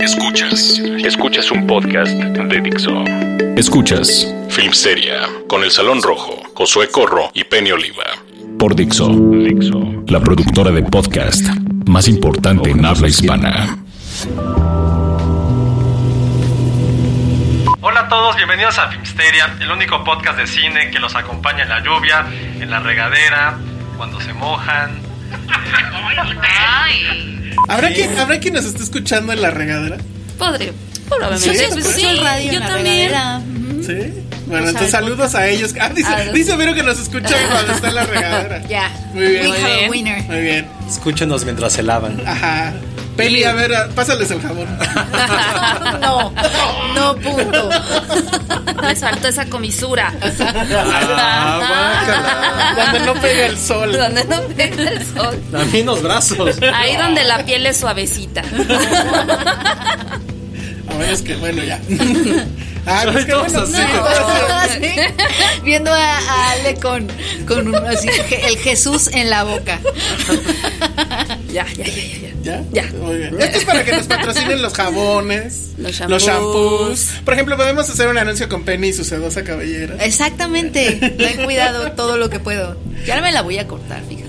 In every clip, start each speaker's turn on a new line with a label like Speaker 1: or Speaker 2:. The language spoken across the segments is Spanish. Speaker 1: Escuchas, escuchas un podcast de Dixo. Escuchas Film Seria con El Salón Rojo, Josué Corro y Penny Oliva. Por Dixo, la productora de podcast más importante en habla hispana.
Speaker 2: Hola a todos, bienvenidos a Filmsteria, el único podcast de cine que los acompaña en la lluvia, en la regadera, cuando se mojan.
Speaker 3: ¿Habrá, quien, ¿Habrá quien nos esté escuchando en la regadera?
Speaker 4: Podre, probablemente.
Speaker 3: Sí,
Speaker 4: Pues
Speaker 3: escucho
Speaker 4: sí, yo también.
Speaker 3: Sí. Bueno, entonces saludos Pues a ellos. Ah, dice,
Speaker 4: A los-
Speaker 3: dice Vero que nos escucha cuando está en la regadera.
Speaker 4: Ya.
Speaker 3: Muy bien.
Speaker 4: We have a winner.
Speaker 3: Muy bien.
Speaker 5: Escúchenos mientras se lavan.
Speaker 3: Ajá. Peli, a ver, a- pásales el jabón.
Speaker 4: no, no punto. Me saltó esa comisura.
Speaker 5: Ah,
Speaker 3: Cuando no pega el sol.
Speaker 4: donde no pega el sol.
Speaker 5: A mí los brazos.
Speaker 4: Ahí donde la piel es suavecita.
Speaker 3: A ver, es que bueno, ya. Ah, pues qué
Speaker 5: Todos
Speaker 3: bueno.
Speaker 5: así.
Speaker 3: Sí, todos así.
Speaker 6: Así, viendo a, a Ale con, con un- así, el Jesús en la boca.
Speaker 4: Ya, ya, ya, ya. ya.
Speaker 3: ¿Ya?
Speaker 4: Ya.
Speaker 3: Muy bien. Esto es para que nos patrocinen los jabones,
Speaker 4: Los
Speaker 3: los
Speaker 4: shampoos.
Speaker 3: shampoos. Por ejemplo, podemos hacer un anuncio con Penny y su sedosa cabellera.
Speaker 6: Exactamente, lo he cuidado todo lo que puedo. Ya me la voy a cortar, fíjate.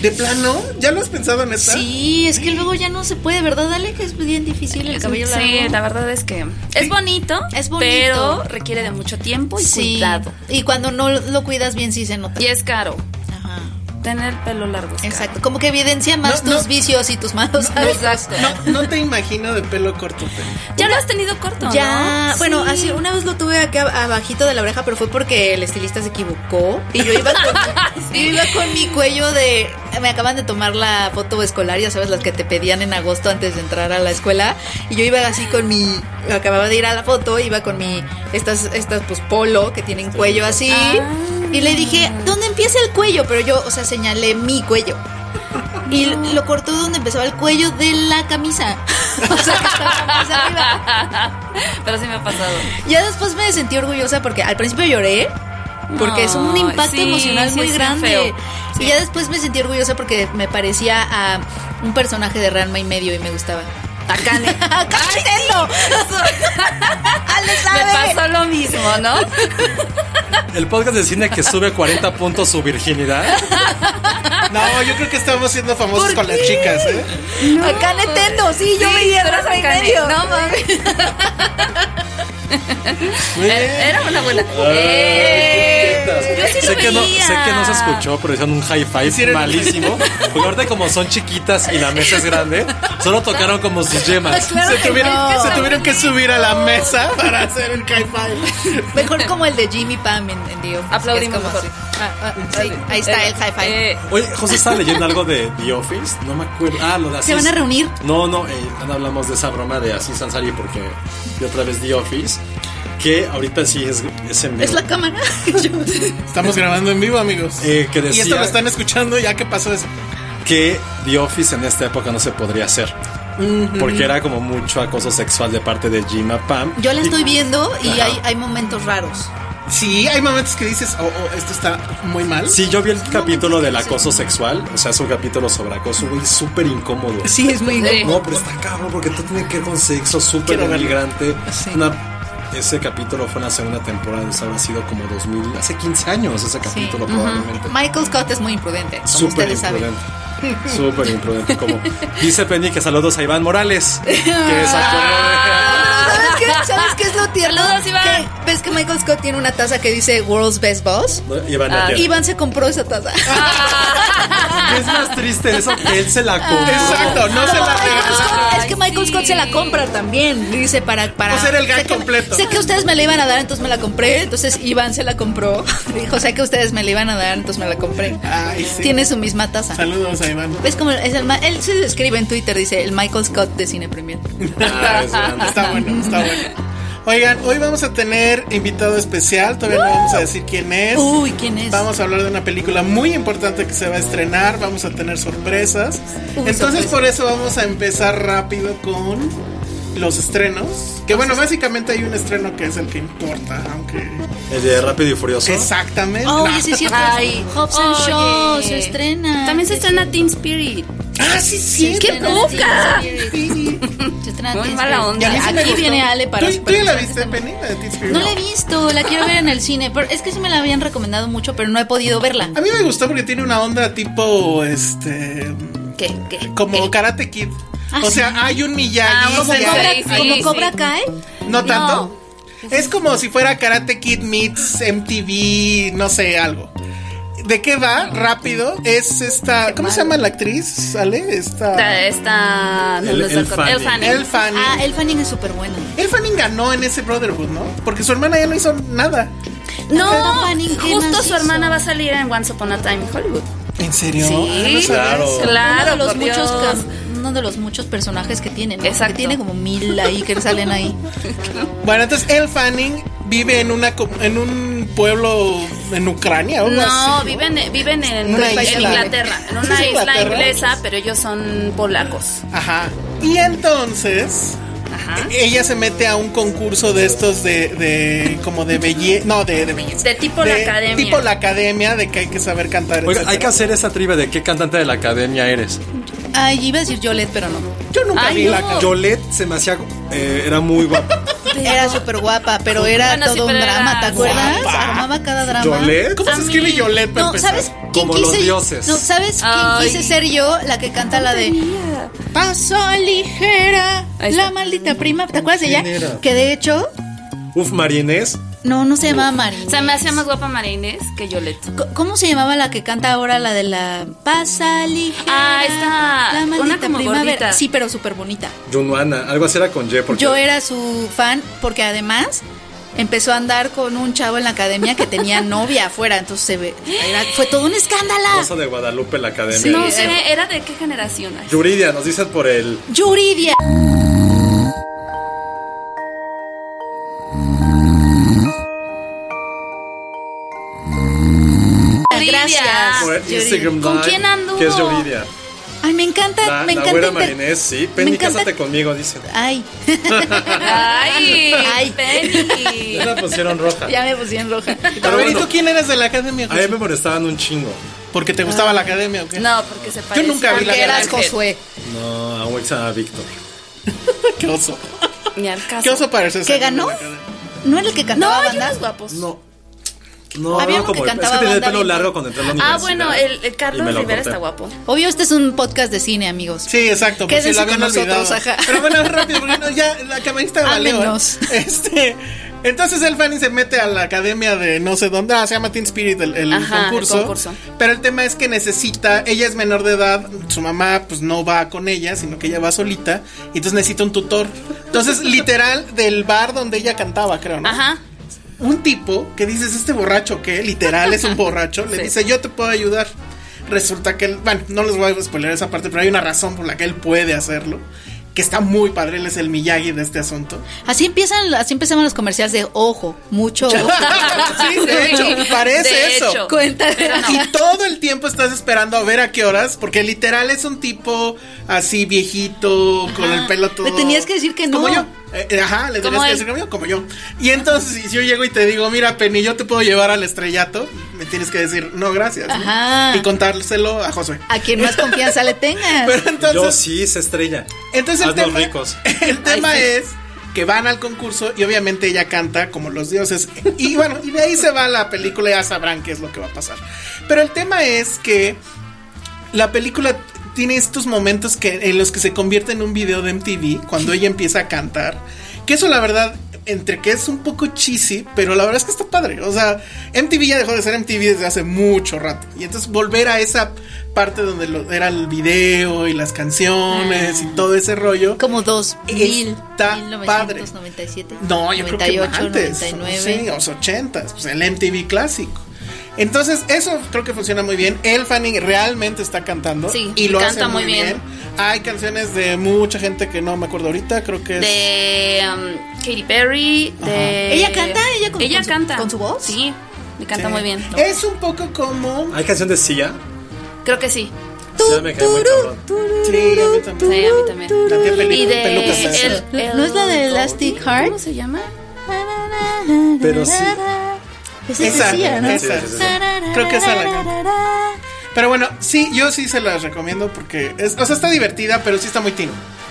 Speaker 3: ¿De plano? ¿Ya lo has pensado en esta?
Speaker 6: Sí, es que luego ya no se puede, ¿verdad, Ale? Que es bien difícil el cabello
Speaker 4: Sí,
Speaker 6: largo.
Speaker 4: la verdad es que es bonito,
Speaker 6: Es bonito.
Speaker 4: pero requiere de mucho tiempo y
Speaker 6: Sí,
Speaker 4: cuidado.
Speaker 6: Y cuando no lo cuidas bien, sí se nota.
Speaker 4: Y es caro.
Speaker 6: Ajá,
Speaker 4: Tener pelo largo. es caro.
Speaker 6: Exacto, como que evidencia más
Speaker 3: No, no.
Speaker 6: tus vicios y tus malos hábitos.
Speaker 4: Exacto.
Speaker 3: No, no te imagino de pelo corto, Penny.
Speaker 4: Ya lo has tenido corto.
Speaker 6: Ya,
Speaker 4: ¿no?
Speaker 6: bueno,
Speaker 4: Sí.
Speaker 6: así una vez lo tuve acá abajito de la oreja, pero fue porque el estilista se equivocó y yo iba con, yo iba con mi cuello de me acaban de tomar la foto escolar, ya sabes las que te pedían en agosto antes de entrar a la escuela y yo iba así con mi acababa de ir a la foto, iba con mi estas estas pues polo que tienen cuello así
Speaker 4: Ah.
Speaker 6: y le dije, "¿Dónde empieza el cuello?" pero yo, o sea, señalé mi cuello. Y lo- lo cortó donde empezaba el cuello de la camisa. O sea, que estaba más arriba.
Speaker 4: Pero sí me ha pasado.
Speaker 6: Ya después me sentí orgullosa porque al principio lloré. Porque es un
Speaker 4: Ay,
Speaker 6: impacto
Speaker 4: sí,
Speaker 6: emocional
Speaker 4: sí,
Speaker 6: muy
Speaker 4: es bien
Speaker 6: grande.
Speaker 4: feo.
Speaker 6: Y ya después me sentí orgullosa porque me parecía a un personaje de Ranma y medio y me gustaba.
Speaker 4: Acane.
Speaker 6: ¡Cállate!
Speaker 4: Me pasó lo mismo, ¿no?
Speaker 5: El podcast de cine que sube 40 puntos su virginidad.
Speaker 3: No, yo creo que estamos siendo famosos con las chicas, ¿eh?
Speaker 6: Acane Tendo, sí, yo
Speaker 4: Sí,
Speaker 6: veía
Speaker 4: tú eras
Speaker 6: Ranma y
Speaker 4: Akane.
Speaker 6: medio.
Speaker 4: No mames. Era era una
Speaker 5: Ah,
Speaker 4: buena. Eh, yo sí lo
Speaker 5: sé, que no,
Speaker 4: veía.
Speaker 5: sé que no se escuchó, pero hicieron un high five
Speaker 3: Hicieron-
Speaker 5: malísimo. Porque ahorita como son chiquitas y la mesa es grande, solo tocaron como sus yemas.
Speaker 6: Claro
Speaker 3: se
Speaker 6: que
Speaker 3: tuvieron,
Speaker 6: no.
Speaker 3: se tuvieron que subir a la mesa para hacer un high five.
Speaker 6: Mejor como el de Jimmy Pam en, en The Office, que es
Speaker 4: Aplaudimos
Speaker 6: como
Speaker 4: mejor.
Speaker 6: así. Ah, ah, sí, ahí está el high five.
Speaker 4: Eh,
Speaker 5: Oye, José estaba leyendo algo de The Office. No me acuerdo. Ah, lo de Asís.
Speaker 6: ¿Se van a reunir?
Speaker 5: No, no, eh, no hablamos de esa broma de Asís Ansari porque de otra vez The Office. Que ahorita sí es, es en
Speaker 6: ¿Es
Speaker 5: vivo.
Speaker 6: la cámara? Yo-
Speaker 3: Estamos grabando en vivo, amigos.
Speaker 5: Eh, que
Speaker 3: y
Speaker 5: decía
Speaker 3: esto lo están escuchando ya que pasó eso.
Speaker 5: que The Office en esta época no se podría hacer. Porque era como mucho acoso sexual de parte de Jim a Pam.
Speaker 6: Yo la estoy viendo y
Speaker 5: Ajá.
Speaker 6: hay, hay momentos raros.
Speaker 3: Sí, hay momentos que dices, oh, oh, esto está muy mal.
Speaker 5: Sí, yo vi el capítulo del acoso sexual, o sea, es un capítulo sobre acoso, güey, súper incómodo.
Speaker 3: Sí, es muy
Speaker 4: Sí.
Speaker 5: No, pero está cabrón porque todo tiene que ver con sexo súper
Speaker 3: Quiero verlo.
Speaker 5: denigrante.
Speaker 6: Sí.
Speaker 5: Una Ese capítulo fue en la segunda temporada, eso habrá sido como 2000, hace 15 años ese capítulo probablemente.
Speaker 6: Michael Scott es muy imprudente, como
Speaker 5: Súper
Speaker 6: ustedes saben.
Speaker 5: imprudente. Súper imprudente. Como dice Penny que saludos a Iván Morales, que se
Speaker 6: Ah.
Speaker 5: acordó
Speaker 6: ¿Sabes qué? ¿Sabes qué es lo tierno?
Speaker 4: Saludos, Iván.
Speaker 6: Que- ¿Ves que Michael Scott tiene una taza que dice World's Best Boss?
Speaker 5: de. Iván la tiene.
Speaker 6: Iván se compró esa taza.
Speaker 3: Ah,
Speaker 5: ¿Qué es más triste eso que él se la compró.
Speaker 3: Exacto, no se la
Speaker 6: Michael
Speaker 3: regalaron.
Speaker 6: Scott- es que Michael Scott se la compra también. Dice para. para
Speaker 3: Pues era el gag
Speaker 6: sé que-
Speaker 3: completo.
Speaker 6: sé que ustedes me la iban a dar, entonces me la compré. Entonces Iván se la compró. Dijo, sé que ustedes me la iban a dar, entonces me la compré.
Speaker 3: Ay, sí.
Speaker 6: Tiene su misma taza.
Speaker 3: Saludos a Iván.
Speaker 6: ¿Ves cómo es el ma- Él se describe en Twitter, dice el Michael Scott de Cine Premier.
Speaker 5: Ah, es grande.
Speaker 3: Está bueno, está bueno. Oigan, hoy vamos a tener invitado especial, todavía no vamos a decir quién es.
Speaker 6: Uy, ¿quién es?
Speaker 3: Vamos a hablar de una película muy importante que se va a estrenar, vamos a tener sorpresas.
Speaker 6: Uy,
Speaker 3: Entonces
Speaker 6: sorpresa.
Speaker 3: por eso vamos a empezar rápido con los estrenos. Que bueno, básicamente hay un estreno que es el que importa, aunque...
Speaker 5: El de Rápido y Furioso.
Speaker 3: Exactamente.
Speaker 6: Oye,
Speaker 3: No.
Speaker 6: sí, es cierto.
Speaker 4: Ay.
Speaker 6: Hobbs and
Speaker 4: Oye.
Speaker 6: Shaw se estrena.
Speaker 4: También se estrena Teen Spirit.
Speaker 3: Ah, sí, sí.
Speaker 6: Este,
Speaker 4: ¡Qué poca!
Speaker 6: Se estrena
Speaker 4: Muy
Speaker 6: Teen
Speaker 4: mala
Speaker 6: Spirit.
Speaker 4: onda.
Speaker 6: Ya,
Speaker 4: A mí sí me
Speaker 6: Aquí
Speaker 4: gustó.
Speaker 6: viene Ale
Speaker 3: ¿Tú,
Speaker 6: para.
Speaker 3: tú ya la viste, Penny? La de Teen Spirit?
Speaker 6: No la he visto, la quiero ver en el cine. Pero es que sí me la habían recomendado mucho, pero no he podido verla.
Speaker 3: A mí me gustó porque tiene una onda tipo, este...
Speaker 6: ¿Qué? ¿Qué?
Speaker 3: Como
Speaker 6: ¿Qué?
Speaker 3: Karate Kid.
Speaker 6: Eh. Ah,
Speaker 3: o sea,
Speaker 6: sí.
Speaker 3: hay un Miyagi.
Speaker 4: Ah, como
Speaker 3: sí,
Speaker 6: ¿Como
Speaker 3: hay-
Speaker 6: Cobra,
Speaker 4: Sí,
Speaker 6: como
Speaker 4: sí.
Speaker 6: Cobra Kai?
Speaker 3: ¿No tanto? Es como si fuera Karate Kid meets MTV, no sé, algo. ¿De qué va? Rápido. Es esta... ¿Cómo se llama la actriz? ¿Sale? Esta...
Speaker 4: Esta. esta no,
Speaker 5: Ah. El-
Speaker 4: no es
Speaker 5: el
Speaker 4: alcohol.
Speaker 5: Fanning.
Speaker 4: El Fanning.
Speaker 3: El Fanning.
Speaker 6: Ah, el fanning es súper bueno.
Speaker 3: El Fanning ganó en ese Brotherhood, ¿no? Porque su hermana ya no hizo nada.
Speaker 6: Pero
Speaker 4: No,
Speaker 6: Fanning, ¿qué
Speaker 4: justo
Speaker 6: más
Speaker 4: su
Speaker 6: hizo?
Speaker 4: hermana va a salir en Once Upon a Time in Hollywood.
Speaker 3: ¿En serio?
Speaker 4: Sí,
Speaker 5: Claro.
Speaker 4: Claro,
Speaker 6: uno de los
Speaker 4: por
Speaker 6: muchos
Speaker 4: Dios.
Speaker 6: cam- uno de los muchos personajes que tiene, ¿no?
Speaker 4: Exacto.
Speaker 6: Que tiene como mil ahí que salen ahí.
Speaker 3: Bueno, entonces El Fanning vive en una com- en un pueblo en Ucrania o algo
Speaker 4: No,
Speaker 3: así,
Speaker 4: viven, viven en,
Speaker 3: Una
Speaker 4: en
Speaker 3: isla.
Speaker 4: Inglaterra, en una
Speaker 3: ¿Sí es
Speaker 4: isla
Speaker 3: Inglaterra?
Speaker 4: inglesa, pero ellos son polacos.
Speaker 3: Ajá. Y entonces
Speaker 4: Ajá.
Speaker 3: e- ella se mete a un concurso de estos de, de como de belleza, no, de, de belleza.
Speaker 4: De tipo la
Speaker 3: De
Speaker 4: academia.
Speaker 3: Tipo la academia de que hay que saber cantar.
Speaker 5: Oiga, hay
Speaker 3: etcétera.
Speaker 5: que hacer esa trivia de qué cantante de la academia eres.
Speaker 6: Ay, iba a decir Yolette, pero no.
Speaker 3: Yo nunca
Speaker 4: Ay,
Speaker 3: vi
Speaker 4: no.
Speaker 3: la academia.
Speaker 5: Yolette se me hacía. eh, era muy guapa.
Speaker 6: Era súper guapa, pero era
Speaker 4: Bueno, sí,
Speaker 6: todo un
Speaker 4: pero era
Speaker 6: drama, ¿te acuerdas?
Speaker 3: guapa.
Speaker 6: Armaba cada drama.
Speaker 5: ¿Yolette?
Speaker 3: ¿Cómo
Speaker 4: A
Speaker 3: se
Speaker 4: mí-
Speaker 3: escribe Yolette para
Speaker 6: No,
Speaker 3: empezar?
Speaker 6: ¿sabes quién
Speaker 5: Como los
Speaker 6: quise?
Speaker 5: dioses.
Speaker 6: No, ¿sabes quién
Speaker 4: Ay.
Speaker 6: quise ser yo? La que canta la de Paso ligera,
Speaker 4: Ahí está.
Speaker 6: la maldita prima. ¿Te acuerdas de ella?
Speaker 5: ¿Quién era?
Speaker 6: Que de hecho,
Speaker 5: Uf, Marinés.
Speaker 6: no, no se llamaba Mari.
Speaker 4: Se me hacía más guapa María Inés que Yolette.
Speaker 6: Co- ¿Cómo se llamaba la que canta ahora la de la Pasa ligera?
Speaker 4: Ah, esta,
Speaker 6: La maldita
Speaker 4: una como
Speaker 6: primavera.
Speaker 4: gordita.
Speaker 6: Sí, pero súper bonita.
Speaker 5: Junuana. Algo así era con Y. Porque
Speaker 6: Yo era su fan porque además empezó a andar con un chavo en la academia que tenía novia afuera, entonces se ve, era- fue todo un
Speaker 5: Rosa
Speaker 6: escándalo.
Speaker 5: de Guadalupe la academia.
Speaker 6: Sí.
Speaker 4: No sé, ¿era de qué generación? Ay,
Speaker 5: Yuridia, nos dicen por el.
Speaker 6: Yuridia.
Speaker 4: Yuridia.
Speaker 6: Gracias.
Speaker 5: Por el
Speaker 6: Yuridia.
Speaker 5: Instagram
Speaker 4: ¿Con
Speaker 5: Live,
Speaker 4: quién anduvo?
Speaker 5: Que es Yuridia.
Speaker 6: Ay, me encanta,
Speaker 5: La,
Speaker 6: me
Speaker 5: la
Speaker 6: encanta.
Speaker 5: güera
Speaker 6: inter-
Speaker 5: Marinés, sí. Penny,
Speaker 6: me encanta-
Speaker 5: cásate conmigo, dicen.
Speaker 6: Ay,
Speaker 4: Ay,
Speaker 6: Ay.
Speaker 4: Penny.
Speaker 5: Ya la pusieron roja.
Speaker 6: ya me pusieron roja.
Speaker 3: A
Speaker 5: Pero
Speaker 3: ver, ¿y
Speaker 5: bueno,
Speaker 3: tú quién eres de la academia?
Speaker 5: a
Speaker 3: José?
Speaker 5: mí me molestaban un chingo.
Speaker 3: Porque te gustaba la academia, ¿o qué?
Speaker 4: No, porque se parece.
Speaker 3: nunca vi la
Speaker 6: Que
Speaker 4: Porque
Speaker 6: eras
Speaker 3: Ángel.
Speaker 6: Josué.
Speaker 5: No, a un ex a Víctor.
Speaker 3: Qué oso.
Speaker 4: Ni al caso.
Speaker 3: Qué oso pareces.
Speaker 6: ¿Que ganó? ¿No era el que
Speaker 4: No,
Speaker 6: cantaba
Speaker 4: ellos
Speaker 6: banda?
Speaker 4: eran guapos.
Speaker 5: No. No,
Speaker 6: Había
Speaker 5: no,
Speaker 6: uno que
Speaker 5: como el- es
Speaker 6: cantaba
Speaker 5: que tenía el
Speaker 6: banda
Speaker 5: pelo
Speaker 6: bien-
Speaker 5: largo cuando entré a la
Speaker 4: Ah,
Speaker 5: universidad.
Speaker 4: bueno, el, el
Speaker 5: Y me
Speaker 4: Carlos
Speaker 5: lo
Speaker 4: Rivera
Speaker 5: corté.
Speaker 4: está guapo.
Speaker 6: Obvio, este es un podcast de cine, amigos.
Speaker 3: Sí, exacto. pues
Speaker 6: Quédense
Speaker 3: sí, lo
Speaker 6: con
Speaker 3: habían
Speaker 6: nosotros,
Speaker 3: olvidado.
Speaker 6: ajá.
Speaker 3: Pero bueno, rápido, porque no, ya la camarista valió. ¿eh?
Speaker 6: Ámenos.
Speaker 3: Este, entonces el Fanny se mete a la academia de no sé dónde. Ah, se llama Teen Spirit el, el
Speaker 4: Ajá, el
Speaker 3: concurso.
Speaker 4: concurso.
Speaker 3: Pero el tema es que necesita, ella es menor de edad, su mamá pues no va con ella, sino que ella va solita. Y entonces necesita un tutor. Entonces, literal, del bar donde ella cantaba, creo, ¿no?
Speaker 4: Ajá.
Speaker 3: un tipo que dices, este borracho que literal es un borracho, le
Speaker 4: Sí.
Speaker 3: dice, yo te puedo ayudar. Resulta que él, bueno, no les voy a spoiler esa parte, pero hay una razón por la que él puede hacerlo, que está muy padre, él es el Miyagi de este asunto.
Speaker 6: Así empiezan, así empezaban los comerciales de ojo, mucho ojo.
Speaker 3: sí, de hecho, parece
Speaker 4: De
Speaker 3: eso.
Speaker 4: hecho.
Speaker 6: Cuenta.
Speaker 4: Pero no.
Speaker 3: Y todo el tiempo estás esperando a ver a qué horas, porque literal es un tipo así viejito, con el pelo todo.
Speaker 6: Le tenías que decir que
Speaker 3: Como
Speaker 6: no.
Speaker 3: yo. Eh, eh, ajá, le tenías
Speaker 4: Como
Speaker 3: que
Speaker 4: él.
Speaker 3: decir como yo, como yo. Y entonces, si yo llego y te digo, mira, Penny, yo te puedo llevar al estrellato, me tienes que decir, no, gracias. ¿no?
Speaker 6: Ajá. Ah.
Speaker 3: Y contárselo a Josué.
Speaker 6: A quien más confianza le tengas.
Speaker 3: Pero entonces.
Speaker 5: Yo sí, se estrella.
Speaker 3: Entonces el
Speaker 5: Haznos
Speaker 3: tema,
Speaker 5: ricos.
Speaker 3: el tema es que van al concurso y obviamente ella canta como los dioses. Y bueno, y de ahí se va la película, ya sabrán qué es lo que va a pasar. Pero el tema es que la película tiene estos momentos que, en los que se convierte en un video de MTV cuando ella empieza a cantar. Que eso la verdad, entre que es un poco cheesy, pero la verdad es que está padre. O sea, MTV ya dejó de ser MTV desde hace mucho rato. Y entonces volver a esa parte donde lo- era el video y las canciones y todo ese rollo.
Speaker 6: Como dos mil,
Speaker 3: Está padre.
Speaker 6: 1997.
Speaker 3: No, yo creo que
Speaker 6: 98,
Speaker 3: antes.
Speaker 6: 99.
Speaker 3: Sí, los 80, pues el MTV clásico. Entonces, eso creo que funciona muy bien. El Fanning realmente está cantando.
Speaker 4: Sí,
Speaker 3: y lo
Speaker 4: canta
Speaker 3: hace muy
Speaker 4: muy bien.
Speaker 3: bien. Hay canciones de mucha gente que no me acuerdo ahorita, creo que es.
Speaker 4: De um, Katy Perry. De...
Speaker 6: ¿Ella canta? ¿Ella con- con su-
Speaker 4: canta.
Speaker 6: con su voz?
Speaker 4: Sí, me
Speaker 3: Sí. Eh.
Speaker 4: canta muy bien.
Speaker 3: Es un poco como.
Speaker 5: Hay canción de Sia.
Speaker 4: Creo que sí.
Speaker 5: Sia me cae muy cabrón.
Speaker 3: Sí, a mí también.
Speaker 4: Sí, a mí también.
Speaker 3: La tía pelu-
Speaker 4: Y
Speaker 3: peluca
Speaker 4: de.
Speaker 3: sexy.
Speaker 4: el- el-
Speaker 6: ¿No es la de Elastic Heart?
Speaker 4: ¿Cómo se llama?
Speaker 5: Pero sí.
Speaker 6: Esa es
Speaker 3: Esa,
Speaker 6: sencilla, ¿no?
Speaker 3: esa. Creo que esa la canta. Pero bueno, sí, yo sí se las recomiendo porque. Es, o sea, está divertida, pero sí está muy teen.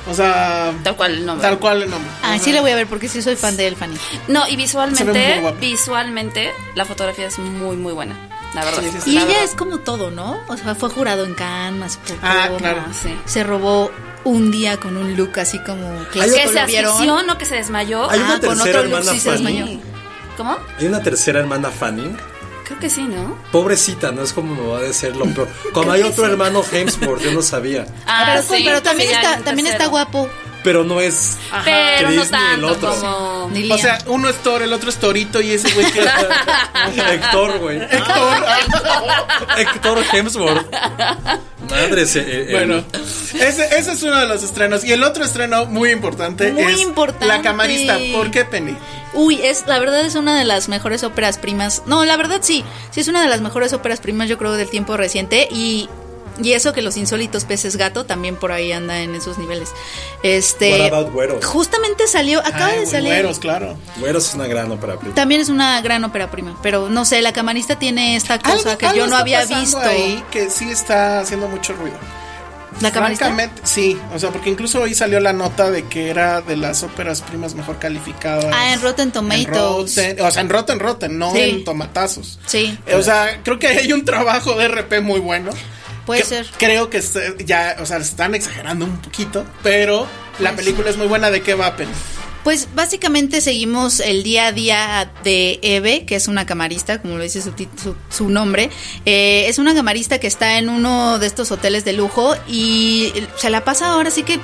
Speaker 3: O sea,
Speaker 4: Tal cual el nombre.
Speaker 3: tal cual el nombre.
Speaker 6: Ah, sí la voy a ver porque sí soy fan de El Fanny.
Speaker 4: No,
Speaker 3: Se ve
Speaker 4: y
Speaker 3: muy
Speaker 4: visualmente,
Speaker 3: guapa.
Speaker 4: visualmente, la fotografía es muy, muy buena. La verdad.
Speaker 3: Sí, sí, sí.
Speaker 6: Y
Speaker 4: La
Speaker 6: ella
Speaker 4: verdad.
Speaker 6: es como todo, ¿no? O sea, fue jurado en Cannes, más poco.
Speaker 3: Ah, claro.
Speaker 4: Ah, sí.
Speaker 6: Se robó un día con un look así como clásico.
Speaker 4: Que se
Speaker 6: ¿lo vieron?
Speaker 4: asfixió, no que se desmayó.
Speaker 5: Hay una
Speaker 6: Ah, con
Speaker 5: tercera
Speaker 6: otro look
Speaker 5: hermana
Speaker 6: sí se
Speaker 5: Fanny.
Speaker 6: desmayó.
Speaker 4: ¿Cómo?
Speaker 5: Hay una tercera hermana Fanning.
Speaker 4: Creo que sí, ¿no?
Speaker 5: Pobrecita, no es como va a ser lo peor. Como hay otro hermano Hemsworth, yo no sabía.
Speaker 6: Ah, pero,
Speaker 4: sí,
Speaker 6: pero
Speaker 4: creo que
Speaker 6: también,
Speaker 4: sí, hay
Speaker 6: está,
Speaker 4: un
Speaker 6: también está
Speaker 4: tercero.
Speaker 6: guapo.
Speaker 5: Pero no es
Speaker 4: Pero no
Speaker 5: Chris ni el
Speaker 4: tanto
Speaker 5: otro.
Speaker 4: como.
Speaker 6: Ni
Speaker 3: O
Speaker 6: Liam.
Speaker 3: sea, uno es Thor, el otro es Torito y ese güey que.
Speaker 5: Héctor, güey. Héctor Hemsworth. Madre, ese, eh, eh,
Speaker 3: Bueno, ese, ese es uno de los estrenos. Y el otro estreno muy importante
Speaker 6: Muy
Speaker 3: es
Speaker 6: importante.
Speaker 3: La Camarista. ¿Por qué, Penny?
Speaker 6: Uy, es la verdad es una de las mejores óperas primas. No, la verdad sí, sí es una de las mejores óperas primas yo creo del tiempo reciente y y eso que los insólitos peces gato también por ahí anda en esos niveles. Este
Speaker 5: What about güeros?
Speaker 6: Justamente salió, acaba
Speaker 3: Ay,
Speaker 6: de salir.
Speaker 3: güeros, claro.
Speaker 5: Güeros es una gran ópera prima.
Speaker 6: También es una gran ópera prima, pero no sé, la camarista tiene esta cosa
Speaker 3: Algo-
Speaker 6: que
Speaker 3: algo
Speaker 6: yo no
Speaker 3: está
Speaker 6: había
Speaker 3: pasando
Speaker 6: visto.
Speaker 3: ahí que sí está haciendo mucho ruido.
Speaker 6: La camarista.
Speaker 3: Francamente, sí. O sea, porque incluso hoy salió la nota de que era de las óperas primas mejor calificadas.
Speaker 6: Ah, en Rotten Tomatoes.
Speaker 3: En Rotten, o sea, en Rotten Rotten, no
Speaker 6: Sí.
Speaker 3: en tomatazos.
Speaker 6: Sí.
Speaker 3: O sea, creo que hay un trabajo de RP muy bueno.
Speaker 6: Puede
Speaker 3: Que-
Speaker 6: ser.
Speaker 3: Creo que se- ya, o sea, están exagerando un poquito, pero la película es muy buena. ¿De qué va, Penny?
Speaker 6: Pues básicamente seguimos el día a día de Eve, que es una camarista, como lo dice su, tit- su- su nombre. Eh, es una camarista que está en uno de estos hoteles de lujo y se la pasa ahora sí que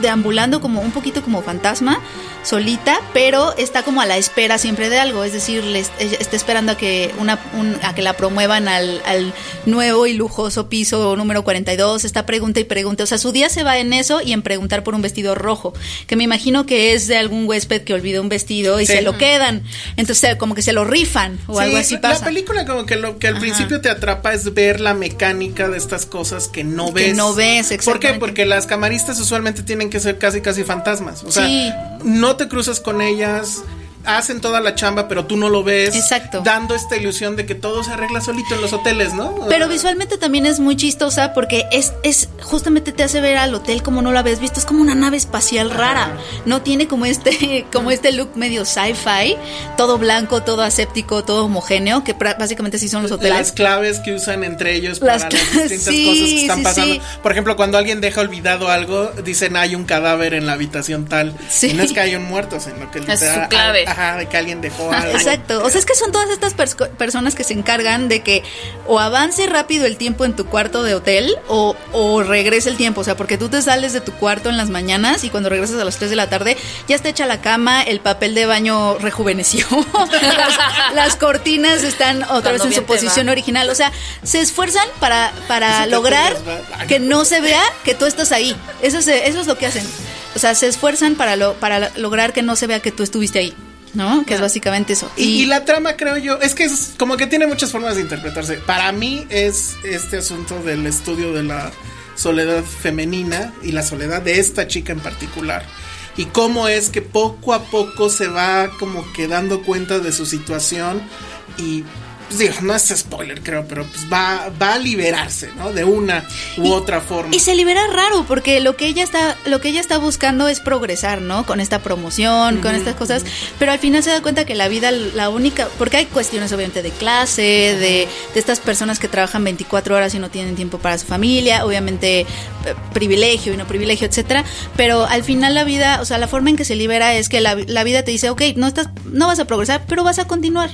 Speaker 6: deambulando como un poquito como fantasma, solita, pero está como a la espera siempre de algo, es decir, le est- ella está esperando a que una un- a que la promuevan al, al nuevo y lujoso piso número 42, está pregunta y pregunta, o sea, su día se va en eso y en preguntar por un vestido rojo, que me imagino que es de algún huésped que olvidó un vestido y
Speaker 3: Sí.
Speaker 6: se lo quedan, entonces como que se lo rifan o
Speaker 3: Sí,
Speaker 6: algo así
Speaker 3: La
Speaker 6: pasa.
Speaker 3: película como que lo que al
Speaker 6: Ajá.
Speaker 3: principio te atrapa es ver la mecánica de estas cosas que no
Speaker 6: Que
Speaker 3: ves.
Speaker 6: no ves,
Speaker 3: ¿Por qué?
Speaker 6: exactamente.
Speaker 3: Porque las camaristas usualmente tienen que ser casi casi fantasmas. O sea,
Speaker 6: Sí.
Speaker 3: no te cruzas con ellas. Hacen toda la chamba, pero tú no lo ves.
Speaker 6: Exacto.
Speaker 3: Dando esta ilusión de que todo se arregla solito en los hoteles, ¿no?
Speaker 6: Pero visualmente también es muy chistosa porque es, es justamente te hace ver al hotel como no lo habías visto. Es como una nave espacial rara. No tiene como este, como este look medio sci-fi, todo blanco, todo aséptico, todo homogéneo, que pra- básicamente sí son los
Speaker 3: las
Speaker 6: hoteles.
Speaker 3: claves que usan entre ellos
Speaker 6: Las
Speaker 3: para las
Speaker 6: cla-
Speaker 3: distintas
Speaker 6: sí,
Speaker 3: cosas que están
Speaker 6: sí,
Speaker 3: pasando.
Speaker 6: sí.
Speaker 3: Por ejemplo, cuando alguien deja olvidado algo, dicen hay un cadáver en la habitación tal.
Speaker 6: Sí.
Speaker 3: Y no es que hay un muerto, sino que
Speaker 4: Es su clave.
Speaker 3: Ajá, de que alguien dejó algo.
Speaker 6: Exacto, o sea, es que son todas estas persco- personas que se encargan de que o avance rápido el tiempo en tu cuarto de hotel o, o regrese el tiempo, o sea, porque tú te sales de tu cuarto en las mañanas y cuando regresas a las 3 de la tarde ya está hecha la cama, el papel de baño rejuveneció, las, las cortinas están otra vez en
Speaker 4: bien
Speaker 6: su
Speaker 4: te
Speaker 6: posición
Speaker 4: va.
Speaker 6: original, o sea, se esfuerzan para, para
Speaker 3: Así te
Speaker 6: lograr
Speaker 3: tengas, va-
Speaker 6: que no se vea que tú estás ahí, eso, se- eso es lo que hacen, o sea, se esfuerzan para, lo- para lograr que no se vea que tú estuviste ahí. ¿No? Que es básicamente eso.
Speaker 3: Y, y la trama, creo yo, es que es como que tiene muchas formas de interpretarse. Para mí es este asunto del estudio de la soledad femenina y la soledad de esta chica en particular. Y cómo es que poco a poco se va como que dando cuenta de su situación y pues digo, no es spoiler creo, pero pues va, va a liberarse, ¿no? De una u
Speaker 6: Y-
Speaker 3: otra forma.
Speaker 6: Y se libera raro, porque lo que ella está, lo que ella está buscando es progresar, ¿no? Con esta promoción, con estas cosas. Pero al final se da cuenta que la vida, la única, porque hay cuestiones obviamente de clase, de, de estas personas que trabajan 24 horas y no tienen tiempo para su familia, obviamente eh, privilegio y no privilegio, etcétera. Pero al final la vida, o sea, la forma en que se libera es que la, la vida te dice, ok, no estás, no vas a progresar, pero vas a continuar.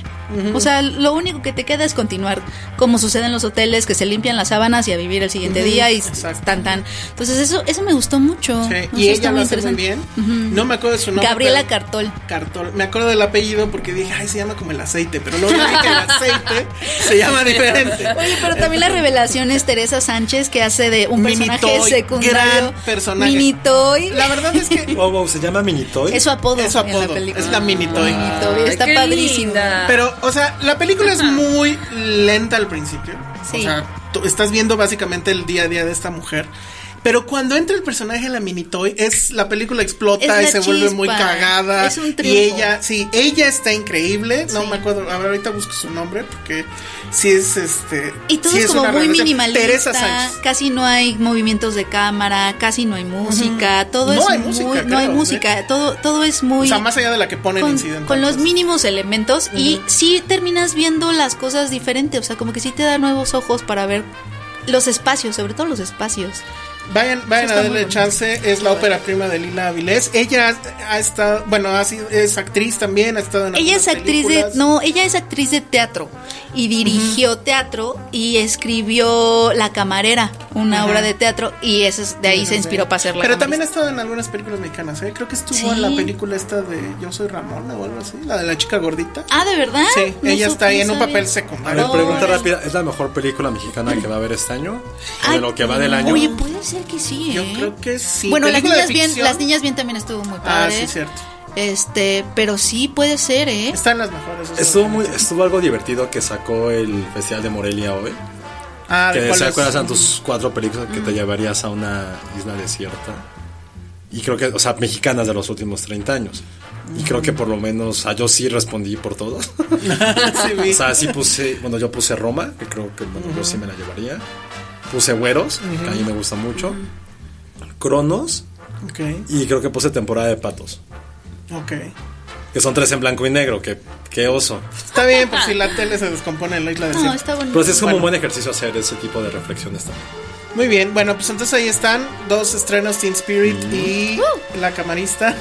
Speaker 6: O sea, lo único que te queda es continuar, como sucede en los hoteles, que se limpian las sábanas y a vivir el siguiente día y
Speaker 3: Exacto.
Speaker 6: tan tan. Entonces eso, eso me gustó mucho.
Speaker 3: Sí,
Speaker 6: Eso
Speaker 3: y
Speaker 6: está
Speaker 3: ella lo hace muy
Speaker 6: interesante.
Speaker 3: bien.
Speaker 6: Ujú.
Speaker 3: No me acuerdo de su nombre.
Speaker 6: Gabriela
Speaker 3: pero-
Speaker 6: Cartol.
Speaker 3: Cartol. Me acuerdo del apellido porque dije, ay, se llama como el aceite, pero luego dije que el aceite se llama diferente.
Speaker 6: Oye, pero también la revelación es Teresa Sánchez que hace de un
Speaker 3: Mini
Speaker 6: personaje
Speaker 3: Toy,
Speaker 6: secundario.
Speaker 3: gran personaje.
Speaker 6: Mini Toy.
Speaker 3: La verdad es que
Speaker 5: Oh, Wow, wow, se llama Minitoy.
Speaker 6: es su apodo,
Speaker 3: Es su
Speaker 6: en
Speaker 3: apodo,
Speaker 6: la película.
Speaker 3: es la Mini Toy.
Speaker 6: Mini Toy, Está
Speaker 4: Qué
Speaker 6: padrísimo.
Speaker 4: linda.
Speaker 3: Pero, o sea, la película es muy lenta al principio. O
Speaker 6: Sí.
Speaker 3: sea, tú estás viendo básicamente el día a día de esta mujer. Pero cuando entra el personaje de la Minitoy, es la película explota
Speaker 6: Es
Speaker 3: y
Speaker 6: la
Speaker 3: se vuelve muy
Speaker 6: chispa.
Speaker 3: cagada.
Speaker 6: Es un
Speaker 3: y
Speaker 6: triunfo.
Speaker 3: ella, sí, ella está increíble. No
Speaker 6: Sí.
Speaker 3: me acuerdo, a ver, ahorita busco su nombre porque sí es este.
Speaker 6: Y todo
Speaker 3: sí
Speaker 6: es como
Speaker 3: una
Speaker 6: muy
Speaker 3: revelación.
Speaker 6: minimalista.
Speaker 3: Teresa Sánchez.
Speaker 6: Casi no hay movimientos de cámara, casi no hay música. Todo
Speaker 3: No
Speaker 6: es
Speaker 3: hay
Speaker 6: muy-
Speaker 3: música,
Speaker 6: no hay
Speaker 3: creo, ¿eh?
Speaker 6: música. Todo, todo es muy.
Speaker 3: O sea, más allá de la que pone en
Speaker 6: con,
Speaker 3: incidente.
Speaker 6: con los
Speaker 3: Entonces,
Speaker 6: mínimos elementos y sí terminas viendo las cosas diferentes, o sea, como que sí te da nuevos ojos para ver los espacios, sobre todo los espacios.
Speaker 3: Vayan, vayan
Speaker 6: Eso
Speaker 3: a
Speaker 6: está muy
Speaker 3: darle
Speaker 6: bonito.
Speaker 3: chance, es la ópera prima de Lila Avilés. Ella ha, ha estado, bueno, ha sido, es actriz también, ha estado en
Speaker 6: Ella es
Speaker 3: algunas
Speaker 6: actriz
Speaker 3: películas.
Speaker 6: de no, ella es actriz de teatro y dirigió teatro y escribió La camarera, una obra de teatro y eso es- de ahí se inspiró para hacerla.
Speaker 3: Pero también ha estado en algunas películas mexicanas, ¿eh? Creo que estuvo
Speaker 6: Sí.
Speaker 3: en la película esta de Yo soy Ramona o algo así, la de la chica gordita.
Speaker 6: Ah, ¿de verdad?
Speaker 3: Sí,
Speaker 6: No
Speaker 3: ella
Speaker 6: supe,
Speaker 3: está ahí en
Speaker 6: no
Speaker 3: un
Speaker 6: sabía.
Speaker 3: papel
Speaker 5: A
Speaker 3: secundario.
Speaker 5: ver, pregunta
Speaker 6: Órale.
Speaker 5: rápida. ¿Es la mejor película mexicana que va a haber este año? ¿O
Speaker 6: Ay,
Speaker 5: de lo que va del año?
Speaker 6: Oye, pues. puede ser que sí.
Speaker 3: Yo
Speaker 6: ¿eh?
Speaker 3: creo que sí.
Speaker 6: Bueno, las
Speaker 3: Película de
Speaker 6: niñas bien,
Speaker 3: ficción.
Speaker 6: las niñas bien también estuvo muy
Speaker 3: Ah,
Speaker 6: padre.
Speaker 3: sí, cierto.
Speaker 6: Este, pero sí puede ser, ¿eh?
Speaker 3: Están las mejores. eso
Speaker 5: Estuvo,
Speaker 3: sí.
Speaker 5: muy, estuvo algo divertido que sacó el Festival de Morelia hoy.
Speaker 3: Ah, ¿de
Speaker 5: que
Speaker 3: cuál
Speaker 5: se
Speaker 3: es?
Speaker 5: acuerdan tus cuatro películas que te llevarías a una isla desierta. Y creo que, o sea, mexicanas de los últimos 30 años. Y creo que por lo menos, ah, yo sí respondí por todas.
Speaker 3: Sí, vi.
Speaker 5: O sea, sí puse, bueno, yo puse Roma, que creo que bueno, yo sí me la llevaría. Puse Güeros, que a mí me gusta mucho. Cronos,
Speaker 3: Ok,
Speaker 5: y creo que puse Temporada de Patos,
Speaker 3: ok.
Speaker 5: que son tres en blanco y negro, que, que oso.
Speaker 3: Está bien, por si la tele se descompone en la isla de
Speaker 6: No,
Speaker 3: siempre.
Speaker 6: está bonito.
Speaker 5: Pero sí es como un
Speaker 3: Bueno.
Speaker 5: buen ejercicio hacer ese tipo de reflexiones también.
Speaker 3: Muy bien, bueno, pues entonces ahí están dos estrenos, Teen Spirit y La Camarista.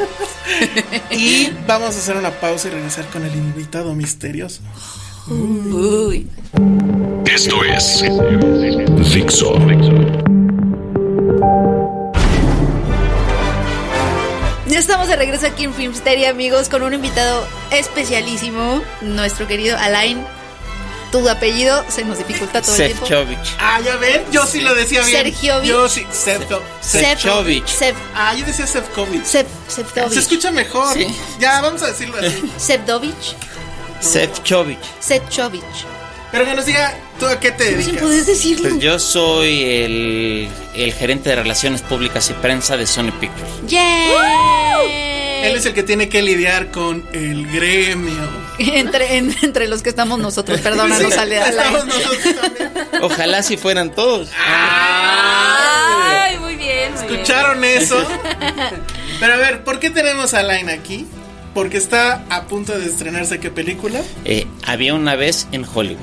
Speaker 3: y vamos a hacer una pausa y regresar con el invitado misterioso.
Speaker 6: Uy.
Speaker 1: Esto es Dixo.
Speaker 6: Ya estamos de regreso aquí en Filmsteria, amigos, con un invitado especialísimo, nuestro querido Alain. Tu apellido se nos dificulta todo el tiempo.
Speaker 7: Sefcovic.
Speaker 3: Ah, ya ven, yo sí lo decía bien.
Speaker 6: Sergiovic.
Speaker 3: Yo sí, Sefco- Sef-
Speaker 7: Sefcovic.
Speaker 6: Sef,
Speaker 3: Ah, yo decía Sefcovic.
Speaker 6: Sef,
Speaker 3: Se
Speaker 6: Sefcovic.
Speaker 3: escucha mejor.
Speaker 7: Sí.
Speaker 3: Ya, vamos a decirlo así.
Speaker 6: Sefcovic.
Speaker 7: Sefcovic.
Speaker 6: Sefcovic.
Speaker 3: Pero que nos diga, ¿tú a qué te
Speaker 6: Sin
Speaker 3: dedicas?
Speaker 6: poder decirlo.
Speaker 7: Pues yo soy el, el gerente de relaciones públicas y prensa de Sony Pictures.
Speaker 6: ¡Yay!
Speaker 3: Él es el que tiene que lidiar con el gremio.
Speaker 6: entre, en- entre los que estamos nosotros, perdónanos, Ale-
Speaker 3: Estamos
Speaker 6: Alain.
Speaker 3: nosotros también.
Speaker 7: Ojalá si fueran todos.
Speaker 4: Ay, muy bien. muy bien.
Speaker 3: ¿Escucharon eso? Pero a ver, ¿por qué tenemos a Line aquí? Porque está a punto de estrenarse qué película.
Speaker 7: Eh, había una vez en Hollywood.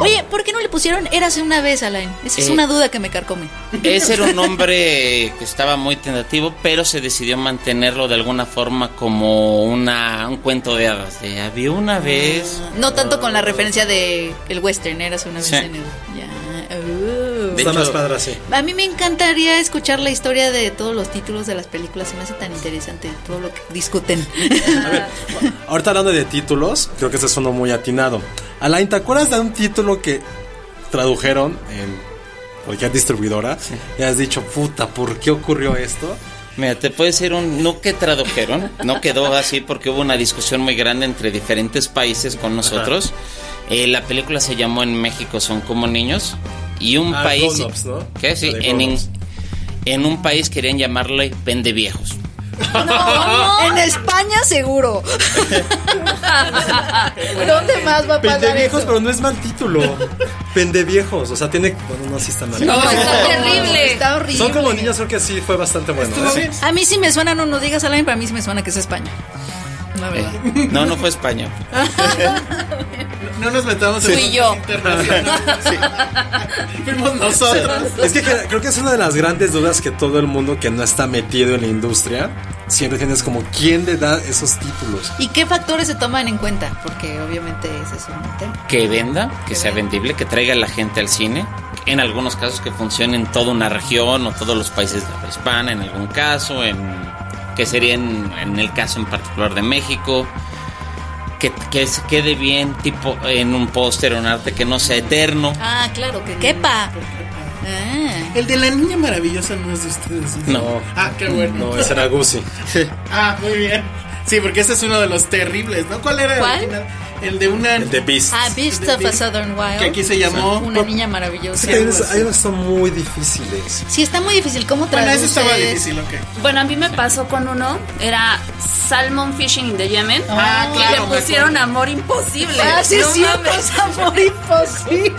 Speaker 6: Oye, ¿por qué no le pusieron Érase una vez, Alain? Esa es
Speaker 7: Eh.
Speaker 6: una duda que me carcome.
Speaker 7: Ese era un nombre que estaba muy tentativo, pero se decidió mantenerlo de alguna forma como una, un cuento de hadas. de había una vez.
Speaker 6: No tanto con la referencia de el western, eras una vez
Speaker 7: Sí.
Speaker 6: en el. Ya. uh.
Speaker 7: De
Speaker 5: Está
Speaker 7: hecho-
Speaker 5: más padre así.
Speaker 6: A mí me encantaría escuchar la historia de todos los títulos de las películas. Se me hace tan interesante todo lo que discuten.
Speaker 5: Ahorita hablando de títulos, creo que este es uno muy atinado. Alain, ¿te acuerdas de un título que tradujeron en cualquier distribuidora? Y has dicho, puta, ¿por qué ocurrió esto?
Speaker 7: Mira, te puede decir un no que tradujeron, no quedó así porque hubo una discusión muy grande entre diferentes países con nosotros. Eh, la película se llamó en México Son como niños y un
Speaker 5: Ah,
Speaker 7: país
Speaker 5: Grown Ups, ¿no?
Speaker 7: ¿Qué? Sí,
Speaker 5: La de
Speaker 7: en,
Speaker 5: Grown Ups.
Speaker 7: en un país querían llamarle Vende viejos.
Speaker 6: No, en España seguro. ¿Dónde más va a pasar
Speaker 5: Pendeviejos,
Speaker 6: eso?
Speaker 5: pero no es mal título. Pendeviejos, o sea, tiene. Bueno, no, sí está mal.
Speaker 4: No, está terrible.
Speaker 6: Está horrible.
Speaker 5: Son como niños, creo que sí fue bastante bueno.
Speaker 3: Estuvo
Speaker 5: Sí.
Speaker 3: bien.
Speaker 6: A mí sí me suena, no, no digas a alguien, para mí sí me suena que es España. La verdad.
Speaker 7: Eh, no, no fue español.
Speaker 3: No nos metamos
Speaker 6: Fui
Speaker 3: en
Speaker 6: yo.
Speaker 3: internacional. Fuimos nosotros.
Speaker 5: Es que cre- creo que es una de las grandes dudas que todo el mundo que no está metido en la industria siempre tienes como quién le da esos títulos.
Speaker 6: ¿Y qué factores se toman en cuenta? Porque obviamente ese es un tema.
Speaker 7: Que venda, que sea vendible, que traiga a la gente al cine. En algunos casos que funcione en toda una región o todos los países de habla hispana, en algún caso, en que sería en, en el caso en particular de México. Que, que se quede bien tipo en un póster o un arte que no sea eterno.
Speaker 6: Ah, claro, que quepa. Ah.
Speaker 3: El de la niña maravillosa no es de ustedes. ¿no?
Speaker 7: No.
Speaker 3: Ah, qué bueno.
Speaker 5: No, ese era Guzzi.
Speaker 3: Ah, muy bien. Sí, porque ese es uno de los terribles, ¿no? ¿Cuál era el
Speaker 6: ¿Cuál?
Speaker 3: original? El de una.
Speaker 5: El de Beast.
Speaker 6: Ah, Beast of a Southern Wild.
Speaker 3: Que aquí se llamó-
Speaker 6: Una niña maravillosa.
Speaker 5: Sí, hay unos, hay unos que son muy difíciles.
Speaker 6: Sí, está muy difícil. ¿Cómo
Speaker 3: Bueno,
Speaker 6: traduces?
Speaker 3: ese Ah, estaba difícil, ok.
Speaker 4: Bueno, a mí me pasó con uno, era Salmon Fishing in the Yemen.
Speaker 3: Ah,
Speaker 4: y
Speaker 3: claro, me
Speaker 4: le pusieron
Speaker 3: acuerdo.
Speaker 4: amor imposible.
Speaker 6: Ah, sí,
Speaker 4: No
Speaker 6: sí,
Speaker 4: mames.
Speaker 6: es amor imposible.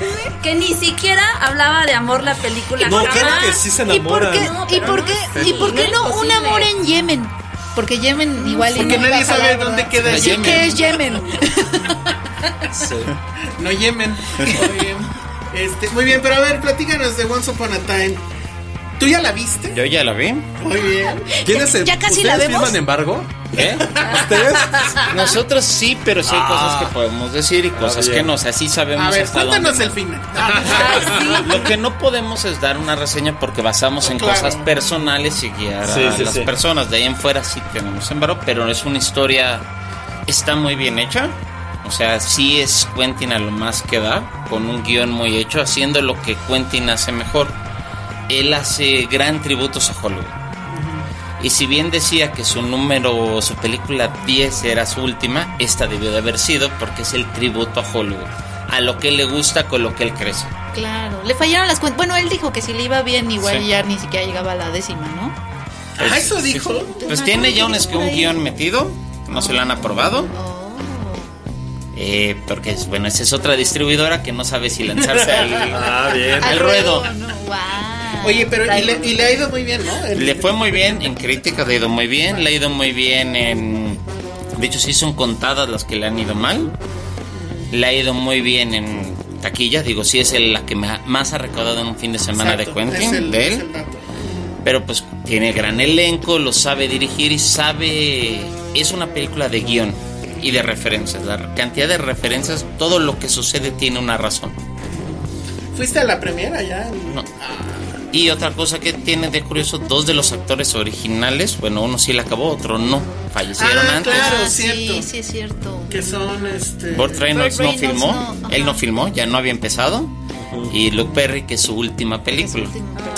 Speaker 4: Que ni siquiera hablaba de amor la película.
Speaker 5: No,
Speaker 4: jamás.
Speaker 5: claro que sí se
Speaker 6: ¿Y por
Speaker 5: enamoran.
Speaker 6: qué,
Speaker 4: No,
Speaker 6: y
Speaker 4: pero
Speaker 6: por
Speaker 4: no
Speaker 6: qué,
Speaker 4: es
Speaker 6: y por qué no un
Speaker 4: imposible.
Speaker 6: amor en Yemen? Porque Yemen igual y
Speaker 3: Porque
Speaker 6: no
Speaker 3: nadie
Speaker 6: pasa
Speaker 3: sabe
Speaker 6: la
Speaker 3: dónde
Speaker 6: verdad.
Speaker 3: queda
Speaker 6: Sí,
Speaker 7: Yemen.
Speaker 6: ¿Qué es Yemen?
Speaker 5: Sí.
Speaker 3: No Yemen. Muy bien. Este, muy bien, pero a ver, platícanos de Once Upon a Time. ¿Tú ya la viste?
Speaker 7: Yo ya la vi.
Speaker 3: Muy bien.
Speaker 5: ¿Quién es el-
Speaker 6: ya casi
Speaker 5: ¿ustedes
Speaker 6: la vemos.
Speaker 5: firman embargo?
Speaker 7: ¿Eh?
Speaker 5: ¿Ustedes? Ah.
Speaker 7: Nosotros sí, pero sí hay cosas que podemos decir y cosas
Speaker 5: bien.
Speaker 7: que no. O sea, sí sabemos
Speaker 3: A ver,
Speaker 7: hasta dónde.
Speaker 3: cuéntanos el final. Ah,
Speaker 4: Ay, sí.
Speaker 7: Lo que no podemos es dar una reseña porque basamos en
Speaker 3: Claro.
Speaker 7: cosas personales y guiar
Speaker 5: Sí,
Speaker 7: a
Speaker 5: sí,
Speaker 7: las
Speaker 5: sí.
Speaker 7: personas. De ahí en fuera sí tenemos embargo, pero es una historia. Está muy bien hecha. O sea, sí es Quentin a lo más que da, con un guión muy hecho, haciendo lo que Quentin hace mejor. Él hace gran tributos a Hollywood. Y si bien decía que su número, su película 10 era su última, esta debió de haber sido porque es el tributo a Hollywood, a lo que le gusta con lo que él crece.
Speaker 6: Claro, le fallaron las cuentas. Bueno, él dijo que si le iba bien, igual
Speaker 7: Sí.
Speaker 6: ya ni siquiera llegaba a la décima, ¿no?
Speaker 3: ah, eso dijo.
Speaker 7: Pues tiene ya un, es que un guión metido, no se lo han aprobado,
Speaker 6: Oh.
Speaker 7: eh, porque es- bueno, esa es otra distribuidora que no sabe si lanzarse al...
Speaker 5: Ah, bien.
Speaker 7: Al
Speaker 6: Al
Speaker 7: ruedo.
Speaker 6: no, guau.
Speaker 3: Oye, pero y le, y le ha ido muy bien, ¿no? El-
Speaker 7: Le fue muy bien, en crítica le ha ido muy bien, le ha ido muy bien en... De hecho, sí son contadas las que le han ido mal, le ha ido muy bien en taquilla, digo, sí es el- la que ma- más ha recaudado en un fin de semana
Speaker 3: Exacto,
Speaker 7: de
Speaker 3: es
Speaker 7: Quentin,
Speaker 3: el-
Speaker 7: de
Speaker 3: es
Speaker 7: él.
Speaker 3: el dato.
Speaker 7: Pero pues tiene gran elenco, lo sabe dirigir y sabe... Es una película de guión y de referencias. La cantidad de referencias, todo lo que sucede tiene una razón.
Speaker 3: Fuiste a la primera ya.
Speaker 7: No. Y otra cosa que tiene de curioso, dos de los actores originales, bueno, uno sí la acabó, otro no, fallecieron
Speaker 3: Ah,
Speaker 7: antes.
Speaker 3: claro,
Speaker 6: Ah,
Speaker 3: cierto.
Speaker 6: Sí, sí, es cierto.
Speaker 3: Que son este.
Speaker 7: Burt Reynolds no
Speaker 6: Reynolds
Speaker 7: filmó,
Speaker 6: no, ajá.
Speaker 7: él no filmó, ya no había empezado. Y Luke Perry, que es su última película.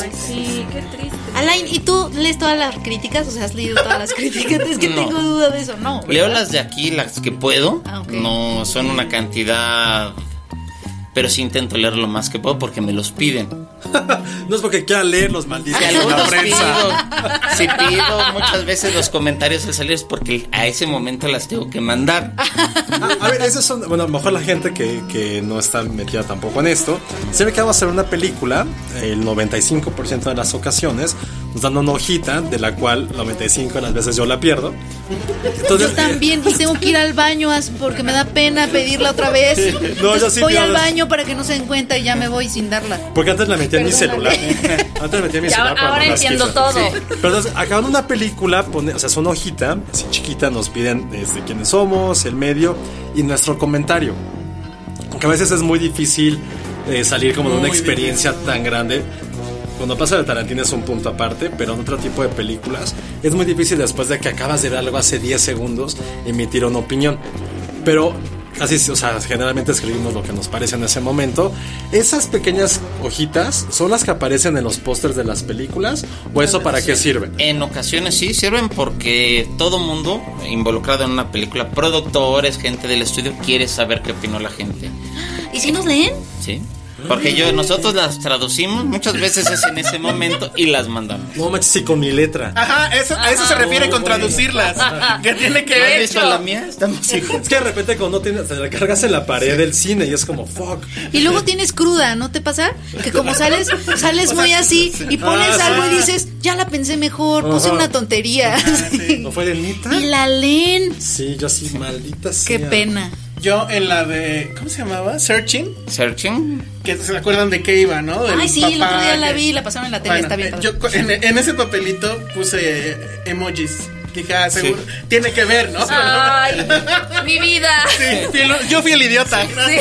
Speaker 4: Ay, sí, qué triste.
Speaker 6: Alain, ¿y tú lees todas las críticas? O sea, ¿has leído todas las críticas? Es que
Speaker 7: No.
Speaker 6: tengo duda de eso, ¿no?
Speaker 7: Leo
Speaker 6: ¿verdad?
Speaker 7: las de aquí, las que puedo.
Speaker 6: Ah, ok.
Speaker 7: No son una cantidad. Pero sí intento leer lo más que puedo porque me los piden.
Speaker 5: No es porque quieran leer los malditos
Speaker 7: Y
Speaker 5: de la
Speaker 7: algunos pido.
Speaker 5: prensa.
Speaker 7: Si pido muchas veces los comentarios al salir es porque a ese momento las tengo que mandar.
Speaker 5: A- A ver, esos son. Bueno, a lo mejor la gente que, que no está metida tampoco en esto. Siempre que vamos a ver una película, el 95% de las ocasiones nos dan una hojita, de la cual 95 de las veces yo la pierdo. Entonces,
Speaker 6: Yo también y tengo que ir al baño as- porque me da pena pedirla otra vez. Entonces,
Speaker 5: yo sí
Speaker 6: voy
Speaker 5: pido
Speaker 6: al
Speaker 5: las-
Speaker 6: baño para que no se den cuenta y ya me voy sin darla.
Speaker 5: Porque antes la metía en mi celular.
Speaker 6: Perdóname.
Speaker 5: Antes la metía en mi
Speaker 4: Ya,
Speaker 5: celular. para
Speaker 4: ahora
Speaker 5: mandar las
Speaker 4: entiendo
Speaker 5: quejas.
Speaker 4: todo.
Speaker 5: Pero entonces, acabando una película, pone, o sea, es una hojita, así chiquita, nos piden desde quiénes somos, el medio y nuestro comentario. Aunque a veces es muy difícil eh, salir como de una experiencia tan grande. Cuando pasa de Tarantino es un punto aparte, pero en otro tipo de películas es muy difícil después de que acabas de ver algo hace 10 segundos emitir una opinión. Pero casi, o sea, generalmente escribimos lo que nos parece en ese momento. ¿Esas pequeñas hojitas son las que aparecen en los pósters de las películas? ¿O eso para qué sirve?
Speaker 7: En ocasiones sí sirven porque todo mundo involucrado en una película, productores, gente del estudio, quiere saber qué opinó la gente.
Speaker 6: ¿Y si nos leen?
Speaker 7: ¿Sí? Porque yo, nosotros las traducimos muchas veces es en ese momento y las mandamos.
Speaker 5: No manches, sí, con mi letra.
Speaker 3: Ajá, eso, a eso se refiere con traducirlas. Que tiene que
Speaker 7: ¿No has
Speaker 3: ver.
Speaker 7: visto la mía? Estamos igual.
Speaker 5: Es que de repente cuando no tienes, te la cargas en la pared del cine y es como fuck.
Speaker 6: Y luego tienes cruda, ¿no te pasa? Que como sales, sales muy así y pones
Speaker 5: Ah,
Speaker 6: algo y dices, ya la pensé mejor, puse una tontería.
Speaker 5: ¿No fue de Nita?
Speaker 6: Y la leen.
Speaker 5: Sí, yo así, maldita
Speaker 6: Qué
Speaker 5: sea.
Speaker 6: pena.
Speaker 3: Yo en la de. ¿Cómo se llamaba? Searching.
Speaker 7: Searching.
Speaker 3: Que se acuerdan de qué iba, ¿no? Del
Speaker 6: Ay, sí, el
Speaker 3: papá
Speaker 6: otro día la
Speaker 3: que-
Speaker 6: vi, la pasaron en la tele,
Speaker 3: Bueno,
Speaker 6: está bien.
Speaker 3: eh,
Speaker 6: padre.
Speaker 3: yo co- en, en ese papelito puse eh, emojis. Dije, ah, seguro. Tiene que ver, ¿no?
Speaker 4: Ay, mi vida.
Speaker 3: Sí, fui el- yo fui el idiota.
Speaker 4: Sí.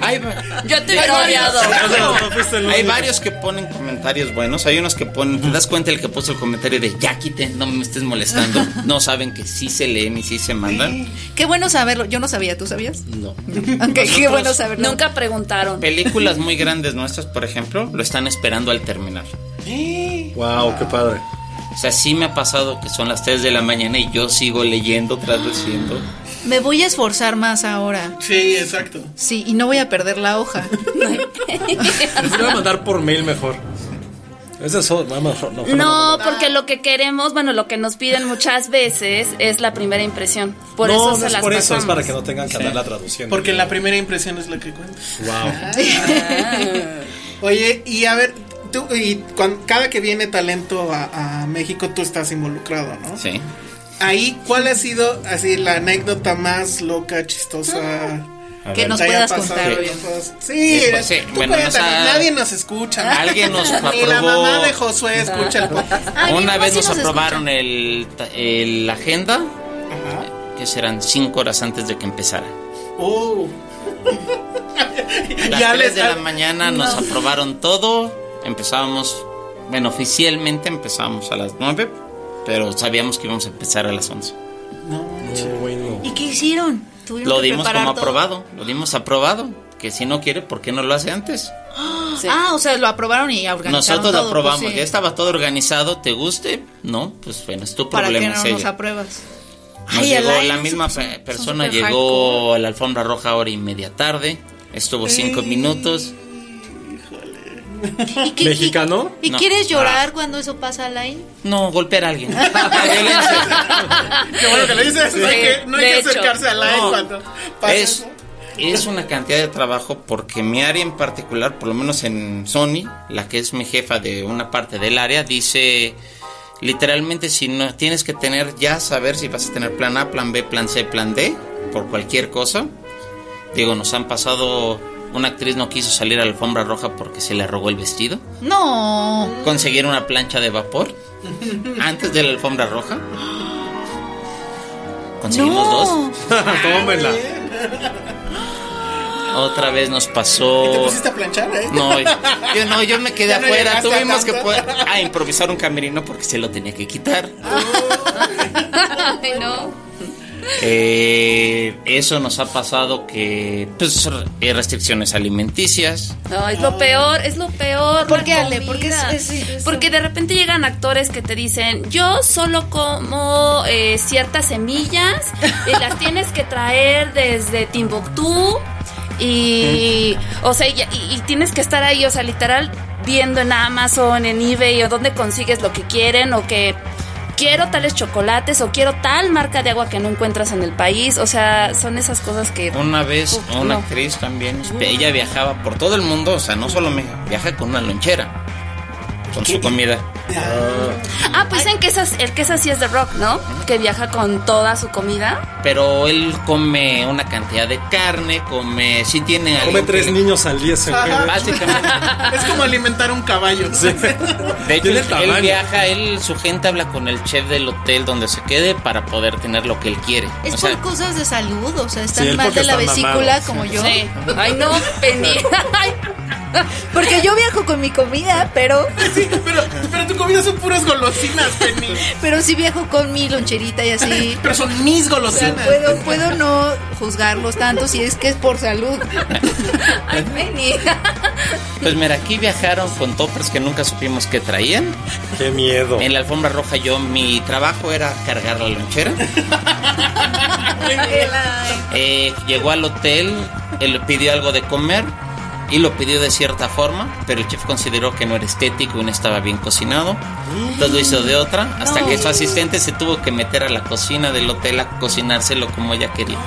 Speaker 7: Hay, va-
Speaker 4: Yo te hubiera odiado.
Speaker 5: No, no fuiste el
Speaker 7: hay
Speaker 5: único.
Speaker 7: varios que ponen comentarios buenos. Hay unos que ponen, te das cuenta el que puso el comentario de ya quiten, no me estés molestando. No saben que sí se leen y sí se mandan.
Speaker 6: Qué bueno saberlo. Yo no sabía, ¿tú sabías?
Speaker 7: No.
Speaker 6: Ok, qué bueno saberlo.
Speaker 4: Nunca preguntaron.
Speaker 7: Películas muy grandes nuestras, por ejemplo, lo están esperando al terminar.
Speaker 5: Wow, qué padre.
Speaker 7: O sea, sí me ha pasado que son las 3 de la mañana y yo sigo leyendo, traduciendo.
Speaker 6: Me voy a esforzar más ahora.
Speaker 3: Sí, exacto.
Speaker 6: Sí, y no voy a perder la hoja.
Speaker 5: Les voy a mandar por mail mejor. Ese es otro. vamos, No, fue
Speaker 4: No, porque lo que queremos, bueno, lo que nos piden muchas veces es la primera impresión. Por
Speaker 5: no,
Speaker 4: eso
Speaker 5: no
Speaker 4: se
Speaker 5: es
Speaker 4: las
Speaker 5: por eso,
Speaker 4: pasamos.
Speaker 5: es para que no tengan que andar la traducción.
Speaker 3: Porque la primera impresión es la que cuenta.
Speaker 5: Wow.
Speaker 3: Oye, y a ver, tú, y cuan- cada que viene talento a, a México, tú estás involucrado, ¿no?
Speaker 7: Sí.
Speaker 3: Ahí, ¿cuál ha sido así la anécdota más loca, chistosa?
Speaker 6: Ah. que nos
Speaker 3: te haya
Speaker 6: puedas
Speaker 3: pasado?
Speaker 6: contar.
Speaker 3: Sí,
Speaker 6: bien.
Speaker 3: sí,
Speaker 7: Sí, pues, sí.
Speaker 3: tú
Speaker 7: Bueno,
Speaker 3: cuéntale,
Speaker 7: nos ha-
Speaker 3: nadie nos escucha.
Speaker 7: Alguien nos
Speaker 3: Ni la
Speaker 7: aprobó.
Speaker 3: mamá de Josué escucha el podcast.
Speaker 6: Ay, mi
Speaker 7: Ah, Una
Speaker 6: mamá
Speaker 7: vez
Speaker 6: sí
Speaker 7: nos
Speaker 6: Ah, nos
Speaker 7: aprobaron el, ta- el- la agenda, que serán 5 horas antes de que empezara.
Speaker 3: Oh.
Speaker 7: A las
Speaker 3: ya
Speaker 7: 3
Speaker 3: les
Speaker 7: de la
Speaker 3: da-
Speaker 7: mañana nos aprobaron todo. Empezábamos, bueno, oficialmente empezábamos a las 9, pero sabíamos que íbamos a empezar a las 11.
Speaker 5: No, bueno.
Speaker 6: ¿Y qué hicieron? Tuvieron
Speaker 7: Lo
Speaker 6: que
Speaker 7: dimos
Speaker 6: preparar
Speaker 7: como
Speaker 6: todo.
Speaker 7: aprobado, lo dimos aprobado. Que si no quiere, ¿por qué no lo hace antes?
Speaker 4: Sí.
Speaker 6: Ah, o sea, lo aprobaron y organizaron
Speaker 7: Nosotros
Speaker 6: todo,
Speaker 7: lo aprobamos,
Speaker 6: pues, sí.
Speaker 7: ya estaba todo organizado, ¿te guste? No, pues bueno, es tu
Speaker 6: ¿Para qué
Speaker 7: problema.
Speaker 6: no
Speaker 7: es
Speaker 6: nos
Speaker 7: ella.
Speaker 6: apruebas?
Speaker 7: Nos
Speaker 6: Ay,
Speaker 7: llegó
Speaker 6: Alain,
Speaker 7: la
Speaker 6: son
Speaker 7: misma
Speaker 6: súper-
Speaker 7: pe-
Speaker 6: son
Speaker 7: persona,
Speaker 6: súper
Speaker 7: llegó a la alfombra roja hora y media tarde, estuvo cinco minutos.
Speaker 6: ¿Y qué-
Speaker 5: ¿Mexicano?
Speaker 6: ¿Y, y
Speaker 7: No. Ah.
Speaker 6: quieres llorar cuando eso pasa, Alain?
Speaker 7: No, golpear a alguien. La violencia
Speaker 3: Qué bueno que le dices. no hay que, no hay
Speaker 4: de
Speaker 3: que
Speaker 4: hecho.
Speaker 3: acercarse al live
Speaker 7: No.
Speaker 3: cuando pasa
Speaker 7: es,
Speaker 3: eso.
Speaker 7: es una cantidad de trabajo porque mi área en particular, por lo menos en Sony, la que es mi jefa de una parte del área, dice literalmente si no tienes que tener ya saber si vas a tener plan A, plan B, plan C, plan D por cualquier cosa. Digo, nos han pasado una actriz no quiso salir a la alfombra roja porque se le arrugó el vestido.
Speaker 6: No.
Speaker 7: conseguir una plancha de vapor antes de la alfombra roja. Conseguimos
Speaker 6: No.
Speaker 7: dos.
Speaker 5: Tómela.
Speaker 7: Otra vez nos
Speaker 3: Te
Speaker 7: pasó.
Speaker 3: pusiste a planchar, ¿eh?
Speaker 7: No, yo no, yo me quedé
Speaker 3: Ya no
Speaker 7: afuera.
Speaker 3: llegaste a
Speaker 7: Tuvimos que
Speaker 3: tanto.
Speaker 7: poder- a improvisar un camerino porque se lo tenía que quitar.
Speaker 4: Ay, no.
Speaker 7: Eh, eso nos ha pasado que pues eh, restricciones alimenticias.
Speaker 4: No, es lo peor, es lo peor.
Speaker 6: ¿Por
Speaker 4: la
Speaker 6: qué, Ale?
Speaker 4: comida.
Speaker 6: ¿Por qué es- es eso?
Speaker 4: Porque de repente llegan actores que te dicen, yo solo como eh, ciertas semillas y las tienes que traer desde Timbuktu y, o sea, y, y- y tienes que estar ahí, o sea, literal viendo en Amazon, en eBay o dónde consigues lo que quieren o que quiero tales chocolates o quiero tal marca de agua que no encuentras en el país, o sea, son esas cosas que...
Speaker 7: Una vez
Speaker 4: Uf,
Speaker 7: una
Speaker 4: no.
Speaker 7: actriz también, este, ella viajaba por todo el mundo, o sea, no solo me viaja con una lonchera, con su comida.
Speaker 4: Ah, pues dicen que esas, el que esa sí es de rock, ¿no? Que viaja con toda su comida.
Speaker 7: Pero él come una cantidad de carne, come, si tiene algo
Speaker 5: Come tres
Speaker 7: que-
Speaker 5: niños al día, ese güey.
Speaker 7: Básicamente.
Speaker 3: Es como alimentar un caballo.
Speaker 7: De hecho,
Speaker 5: Tiene
Speaker 7: él,
Speaker 5: tamaño.
Speaker 7: él viaja, él, su gente habla con el chef del hotel donde se quede para poder tener lo que él quiere.
Speaker 6: Es
Speaker 7: O sea,
Speaker 6: por cosas de salud, o sea,
Speaker 5: Sí,
Speaker 6: están
Speaker 5: él
Speaker 6: mal
Speaker 5: porque
Speaker 6: de la
Speaker 5: está
Speaker 6: vesícula
Speaker 5: mamado.
Speaker 6: como yo.
Speaker 4: Sí. Ay, no, Penny. Ay.
Speaker 6: Porque yo viajo con mi comida, pero
Speaker 3: Sí, pero, pero tu comida son puras golosinas, Penny.
Speaker 6: pero sí viajo con mi loncherita y así.
Speaker 3: Pero son mis
Speaker 6: O sea,
Speaker 3: golosinas.
Speaker 6: puedo, puedo no juzgarlos tanto si es que es por salud.
Speaker 4: Ay, Penny.
Speaker 7: pues mira, aquí viajaron con toppers que nunca supimos que traían.
Speaker 5: Qué miedo.
Speaker 7: En la alfombra roja yo, mi trabajo era cargar la lonchera. Eh, llegó al hotel, él pidió algo de comer. y lo pidió de cierta forma, pero el chef consideró que no era estético y no estaba bien cocinado. Entonces lo hizo de otra, hasta que su asistente se tuvo que meter a la cocina del hotel a cocinárselo como ella quería.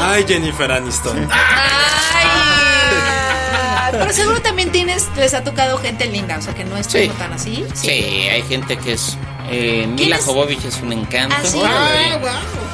Speaker 5: Ay, Jennifer Aniston.
Speaker 7: Ah,
Speaker 6: Ay. Pero seguro también tienes, les ha tocado gente linda, o sea que no es
Speaker 7: Sí.
Speaker 6: como tan así.
Speaker 7: Sí, hay gente que es... eh, Mila
Speaker 6: es?
Speaker 7: Jovovich es un encanto.
Speaker 6: Ah, sí.
Speaker 7: Órale.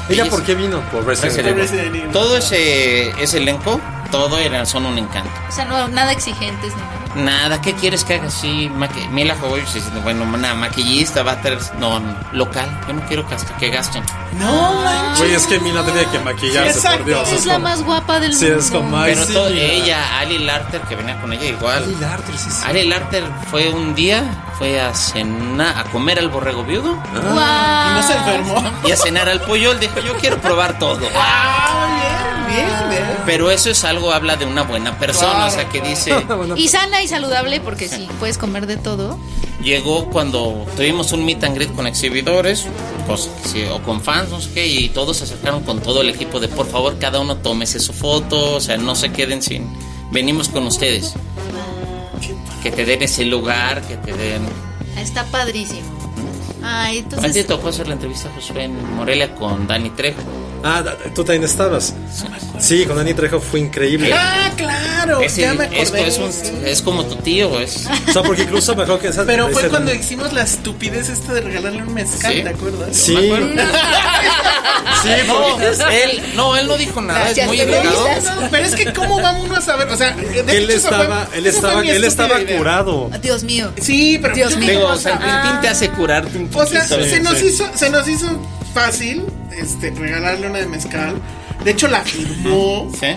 Speaker 5: ¿Ella por qué vino? Por Resident Evil.
Speaker 3: Resident Evil.
Speaker 7: Todo ese, ese elenco, todo era, son un encanto.
Speaker 6: O sea, no, nada exigentes ni nada.
Speaker 7: Nada, ¿qué quieres que haga así? Maqui- Mila Jovovich diciendo, bueno, una maquillista va a tener... No, no, local, yo no quiero que, hasta que gasten.
Speaker 3: No manches.
Speaker 5: Güey, es que Mina tenía que maquillarse,
Speaker 3: Sí, exacto.
Speaker 5: por Dios.
Speaker 3: Es
Speaker 6: Es la más guapa del
Speaker 5: Sí,
Speaker 6: mundo.
Speaker 5: es como ay,
Speaker 7: Pero
Speaker 5: sí,
Speaker 7: todo,
Speaker 5: Mina.
Speaker 7: ella, Ali Larter, que venía con ella igual.
Speaker 5: Ay, Larter, sí, sí.
Speaker 7: Ali Larter fue un día, fue a cenar, a comer al borrego viudo
Speaker 3: Y no se enfermó.
Speaker 7: y a cenar al pollo. Dijo, yo quiero probar todo.
Speaker 3: Ah, bien, bien, bien.
Speaker 7: Pero eso es algo, habla de una buena persona, o sea, que dice...
Speaker 6: Y sana y saludable porque sí, puedes comer de todo.
Speaker 7: Llegó cuando tuvimos un meet and greet con exhibidores cosas que sí, o con fans, no sé qué, y todos se acercaron con todo el equipo de por favor, cada uno tómese su foto, o sea, no se queden sin. Venimos con ustedes. Que te den ese lugar, que te den.
Speaker 6: Está padrísimo. Ay,
Speaker 7: A ti te
Speaker 6: entonces.
Speaker 7: tocó hacer la entrevista, Josué, en Morelia con Dani Trejo.
Speaker 5: Ah, da- tú también estabas. Sí, con Dani Trejo fue increíble.
Speaker 3: Ah, claro.
Speaker 7: Ese-
Speaker 3: ya me
Speaker 7: es,
Speaker 3: acordé.
Speaker 7: es un- es como tu tío, es.
Speaker 5: O sea, porque incluso me acuerdo que esa
Speaker 3: Pero fue
Speaker 5: esa-
Speaker 3: cuando hicimos la estupidez esta de regalarle un mezcal,
Speaker 7: Sí.
Speaker 3: ¿te acuerdas?
Speaker 5: Sí. sí,
Speaker 7: No,
Speaker 5: porque
Speaker 7: él, no, él no dijo nada, es
Speaker 6: Gracias,
Speaker 7: muy
Speaker 6: te lo
Speaker 7: educado.
Speaker 6: dices.
Speaker 3: No, Pero es que cómo va uno a saber, o sea, de
Speaker 5: él
Speaker 3: hecho, eso fue-
Speaker 5: estaba, él
Speaker 3: eso fue
Speaker 5: estaba,
Speaker 3: mi
Speaker 5: él
Speaker 3: estúpida
Speaker 5: estaba
Speaker 3: idea.
Speaker 5: curado.
Speaker 6: Dios mío.
Speaker 3: Sí, pero
Speaker 6: Dios
Speaker 3: yo
Speaker 6: mío.
Speaker 3: creo que
Speaker 7: Digo,
Speaker 3: no
Speaker 7: San
Speaker 3: sabe.
Speaker 7: Quintín te hace curarte un
Speaker 3: O
Speaker 7: poquito.
Speaker 3: sea, se nos
Speaker 5: sí.
Speaker 3: hizo, se nos hizo fácil este regalarle una de mezcal. De hecho la firmó.
Speaker 7: ¿Sí?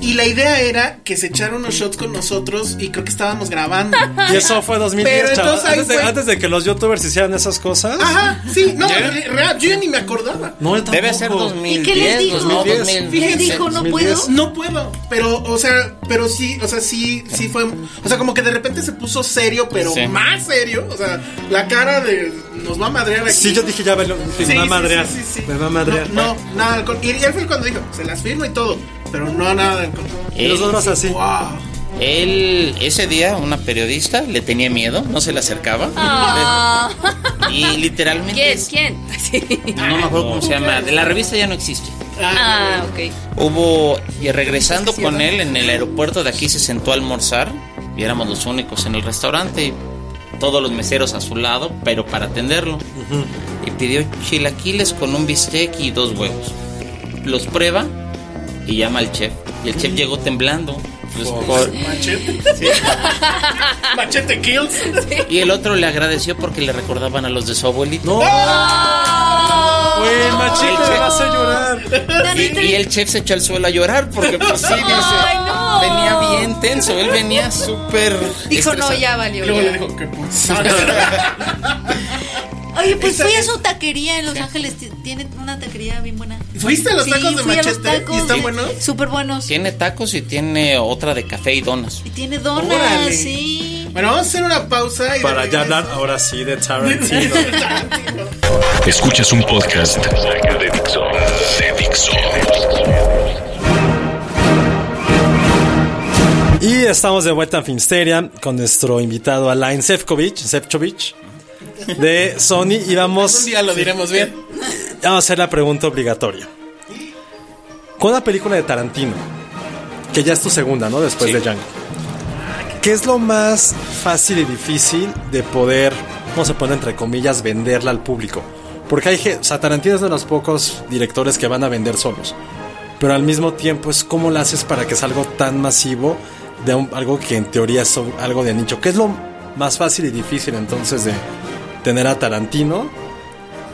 Speaker 3: Y la idea era que se echara unos shots con nosotros y creo que estábamos grabando.
Speaker 5: Y eso fue 2010,
Speaker 3: Pero
Speaker 5: chaval.
Speaker 3: entonces ahí
Speaker 5: Antes, de-
Speaker 3: fue-
Speaker 5: antes de que los youtubers hicieran esas cosas.
Speaker 3: Ajá, sí, no, re- real, yo ya ni me acordaba.
Speaker 5: No, yo
Speaker 7: Debe
Speaker 5: tampoco.
Speaker 7: ser 2010,
Speaker 6: ¿Y qué les dijo?
Speaker 7: pues, no,
Speaker 6: Les dijo, no
Speaker 5: 2010.
Speaker 6: puedo.
Speaker 3: No puedo, pero, o sea, pero sí, o sea, sí, sí fue, o sea, como que de repente se puso serio, pero
Speaker 7: Sí.
Speaker 3: más serio, o sea, la cara de, nos va a madrear aquí.
Speaker 5: Sí, yo dije, ya, velo,
Speaker 3: Sí,
Speaker 5: me va a
Speaker 3: sí,
Speaker 5: madrear.
Speaker 3: sí, sí, sí.
Speaker 5: Me va a madrear.
Speaker 3: No, no, nada de alcohol. Y él fue cuando dijo, se las firmo y todo, pero no nada Eh, de alcohol.
Speaker 5: Y nosotros así.
Speaker 3: Wow.
Speaker 7: Él, ese día, una periodista le tenía miedo, no se le acercaba.
Speaker 4: Ah.
Speaker 7: Y literalmente.
Speaker 4: ¿Quién? ¿Quién? Sí.
Speaker 7: No me acuerdo cómo se llama. De la revista ya no existe.
Speaker 4: Ah, ok.
Speaker 7: Hubo. Y regresando con él en el aeropuerto de aquí se sentó a almorzar. Y éramos los únicos en el restaurante. Y todos los meseros a su lado, pero para atenderlo. Y pidió chilaquiles con un bistec y dos huevos. Los prueba y llama al chef. Y el chef llegó temblando. Pues, por-
Speaker 3: Machete. Machete kills.
Speaker 7: Y el otro le agradeció porque le recordaban a los de su abuelito.
Speaker 5: No.
Speaker 3: ¡Oh!
Speaker 5: Güey, el machito me va a hacer llorar.
Speaker 7: Y, y el chef se echó al suelo a llorar porque pues sí, dice,
Speaker 4: Ay, no.
Speaker 7: venía bien tenso, él venía súper...
Speaker 6: Dijo, no,
Speaker 7: estresado".
Speaker 6: ya valió.
Speaker 3: Luego
Speaker 6: ya".
Speaker 3: le dijo que pues.
Speaker 6: Oye, pues
Speaker 3: Esa
Speaker 6: fui a
Speaker 3: es-
Speaker 6: su taquería en Los Ángeles. ti- Tiene una taquería bien buena.
Speaker 3: ¿Fuiste a los tacos de
Speaker 6: fui a los
Speaker 3: machete? ¿Y están buenos?
Speaker 6: Súper buenos.
Speaker 7: Tiene tacos y tiene otra de café y donas.
Speaker 6: Y tiene donas,
Speaker 3: Órale.
Speaker 6: sí.
Speaker 3: Bueno, vamos a hacer una pausa y de
Speaker 5: Para ya
Speaker 3: regreso-
Speaker 5: hablar ahora sí de Tarantino.
Speaker 1: Escuchas un podcast de Dixo. De Dixo.
Speaker 5: Y estamos de vuelta en Finsteria con nuestro invitado Alain Sefcovic, Sefcovic de Sony y
Speaker 3: Un
Speaker 5: vamos,
Speaker 3: día lo diremos bien.
Speaker 5: vamos a hacer la pregunta obligatoria. Con la película de Tarantino, que ya es tu segunda, ¿no? Después de Django. ¿Qué es lo más fácil y difícil de poder, cómo se pone entre comillas, venderla al público? Porque hay, ge- o sea, Tarantino es de los pocos directores que van a vender solos. Pero al mismo tiempo es cómo lo haces para que sea algo tan masivo de un- algo que en teoría es so- algo de nicho. ¿Qué es lo más fácil y difícil entonces de tener a Tarantino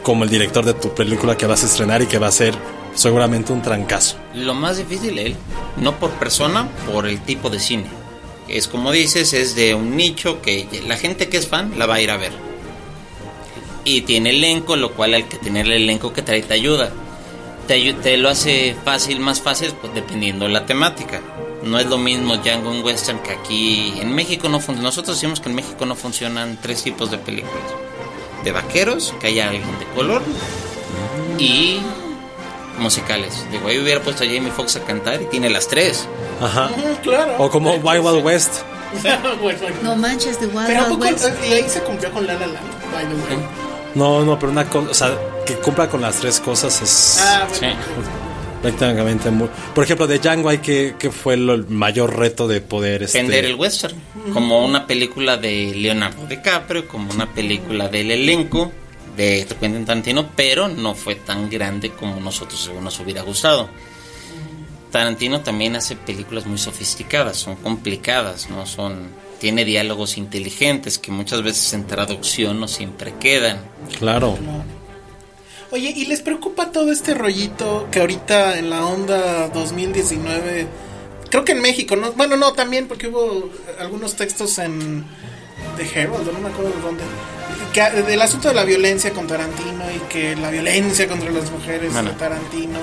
Speaker 5: como el director de tu película que vas a estrenar y que va a ser seguramente un trancazo?
Speaker 7: Lo más difícil él, no por persona, por el tipo de cine. Es como dices, es de un nicho que la gente que es fan la va a ir a ver. Y tiene elenco, lo cual al que tener el elenco que trae te ayuda. Te, ayu- te lo hace fácil, más fácil, pues dependiendo de la temática. No es lo mismo Django en Western que aquí. En México no funciona. Nosotros decimos que en México no funcionan tres tipos de películas: de vaqueros, que haya alguien de color, y musicales. Digo, ahí hubiera puesto a Jamie Foxx a cantar y tiene las tres.
Speaker 5: Ajá.
Speaker 3: Claro.
Speaker 5: O como Wild Wild West.
Speaker 3: Bueno, bueno.
Speaker 6: No manches, de Wild
Speaker 7: Ah,
Speaker 3: Pero ¿a
Speaker 6: Wild
Speaker 3: poco
Speaker 6: West.
Speaker 3: y ahí se cumplió con La La Land? By the way.
Speaker 5: No, no, pero una cosa, o sea, que cumpla con las tres cosas es
Speaker 3: Ah, bueno.
Speaker 7: Sí.
Speaker 5: prácticamente muy... Por ejemplo, de Django hay que, que fue lo- el mayor reto de poder... Este,
Speaker 7: Vender el western. Como una película de Leonardo DiCaprio, como una película del elenco de Quentin Tarantino, pero no fue tan grande como nosotros según nos hubiera gustado. Tarantino también hace películas muy sofisticadas, son complicadas, no son tiene diálogos inteligentes que muchas veces en traducción no siempre quedan.
Speaker 5: Claro.
Speaker 3: Oye, ¿y les preocupa todo este rollito que ahorita en la onda 2019, creo que en México, ¿no? Bueno, no, también porque hubo algunos textos en The Herald, no me acuerdo de dónde, que a- del asunto de la violencia con Tarantino y que la violencia contra las mujeres
Speaker 7: Bueno.
Speaker 3: de Tarantino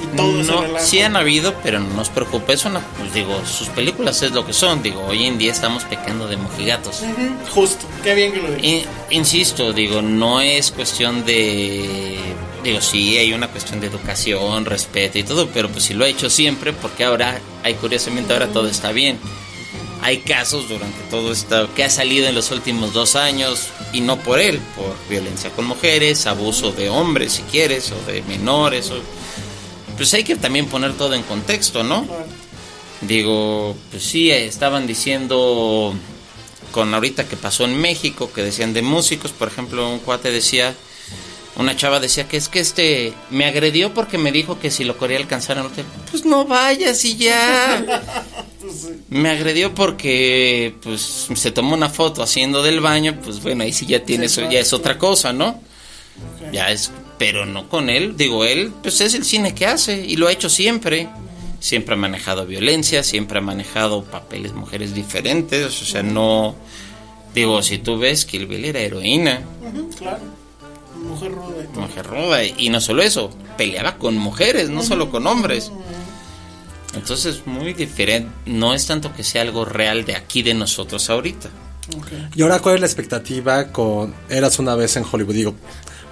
Speaker 3: y todo ese
Speaker 7: No,
Speaker 3: relajo.
Speaker 7: sí han habido, pero no nos preocupa, eso no, pues digo, sus películas es lo que son, digo, hoy en día estamos pecando de mojigatos.
Speaker 3: Ujú, Justo, qué bien que lo digas.
Speaker 7: In- insisto, digo, no es cuestión de... Digo, sí, hay una cuestión de educación, respeto y todo, pero pues si lo ha hecho siempre, porque ahora, hay curiosamente, ahora todo está bien. Hay casos durante todo esto que ha salido en los últimos dos años, y no por él, por violencia con mujeres, abuso de hombres, si quieres, o de menores, o... Pues hay que también poner todo en contexto, ¿no? Digo, pues sí, eh, estaban diciendo con ahorita que pasó en México, que decían de músicos, por ejemplo, un cuate decía, una chava decía que es que este me agredió porque me dijo que si lo quería alcanzar en hotel, pues no vayas y ya.
Speaker 3: Pues
Speaker 7: Me agredió porque pues se tomó una foto haciendo del baño, pues bueno, ahí sí ya tiene eso, ya es otra cosa, ¿no? Ya es, pero no con él, digo él, pues es el cine que hace y lo ha hecho siempre. Siempre ha manejado violencia, siempre ha manejado papeles mujeres diferentes, o sea, no digo, si tú ves que el Bill era heroína,
Speaker 3: Ujú, claro, mujer ruda. y todo.
Speaker 7: mujer ruda y no solo eso, peleaba con mujeres, no solo con hombres. Entonces, muy diferente, no es tanto que sea algo real de aquí de nosotros ahorita.
Speaker 3: Ok.
Speaker 5: Y ahora, ¿cuál es la expectativa con Eras una vez en Hollywood? Digo,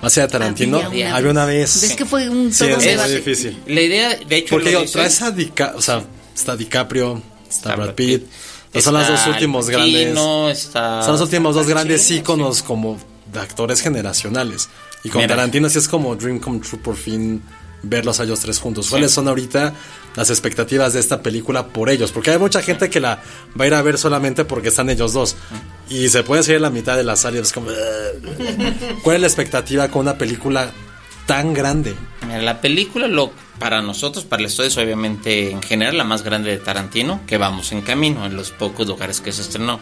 Speaker 5: más allá de Tarantino, había una, vez.
Speaker 6: ¿Ves que fue un
Speaker 5: Sí,
Speaker 6: todo
Speaker 5: es
Speaker 6: debate?
Speaker 5: muy difícil.
Speaker 7: La idea, de hecho,
Speaker 5: Porque
Speaker 7: lo
Speaker 5: digo,
Speaker 7: dice-
Speaker 5: traes a DiCaprio, o sea, está DiCaprio, está, Brad Pitt. son los
Speaker 7: está
Speaker 5: dos últimos
Speaker 7: Al Pacino,
Speaker 5: grandes.
Speaker 7: está-
Speaker 5: Son los últimos dos
Speaker 7: Al
Speaker 5: grandes
Speaker 7: Pacino,
Speaker 5: íconos como de actores generacionales. Y con
Speaker 7: Mira.
Speaker 5: Tarantino sí es como Dream Come True por fin verlos a ellos tres juntos. ¿Cuáles son ahorita las expectativas de esta película por ellos? Porque hay mucha gente que la va a ir a ver solamente porque están ellos dos. Y se puede seguir la mitad de la sala y es como... ¿Cuál es la expectativa con una película tan grande?
Speaker 7: Mira, La película, lo, para nosotros, para el estudio, es obviamente en general la más grande de Tarantino, que vamos en camino, en los pocos lugares que se estrenó.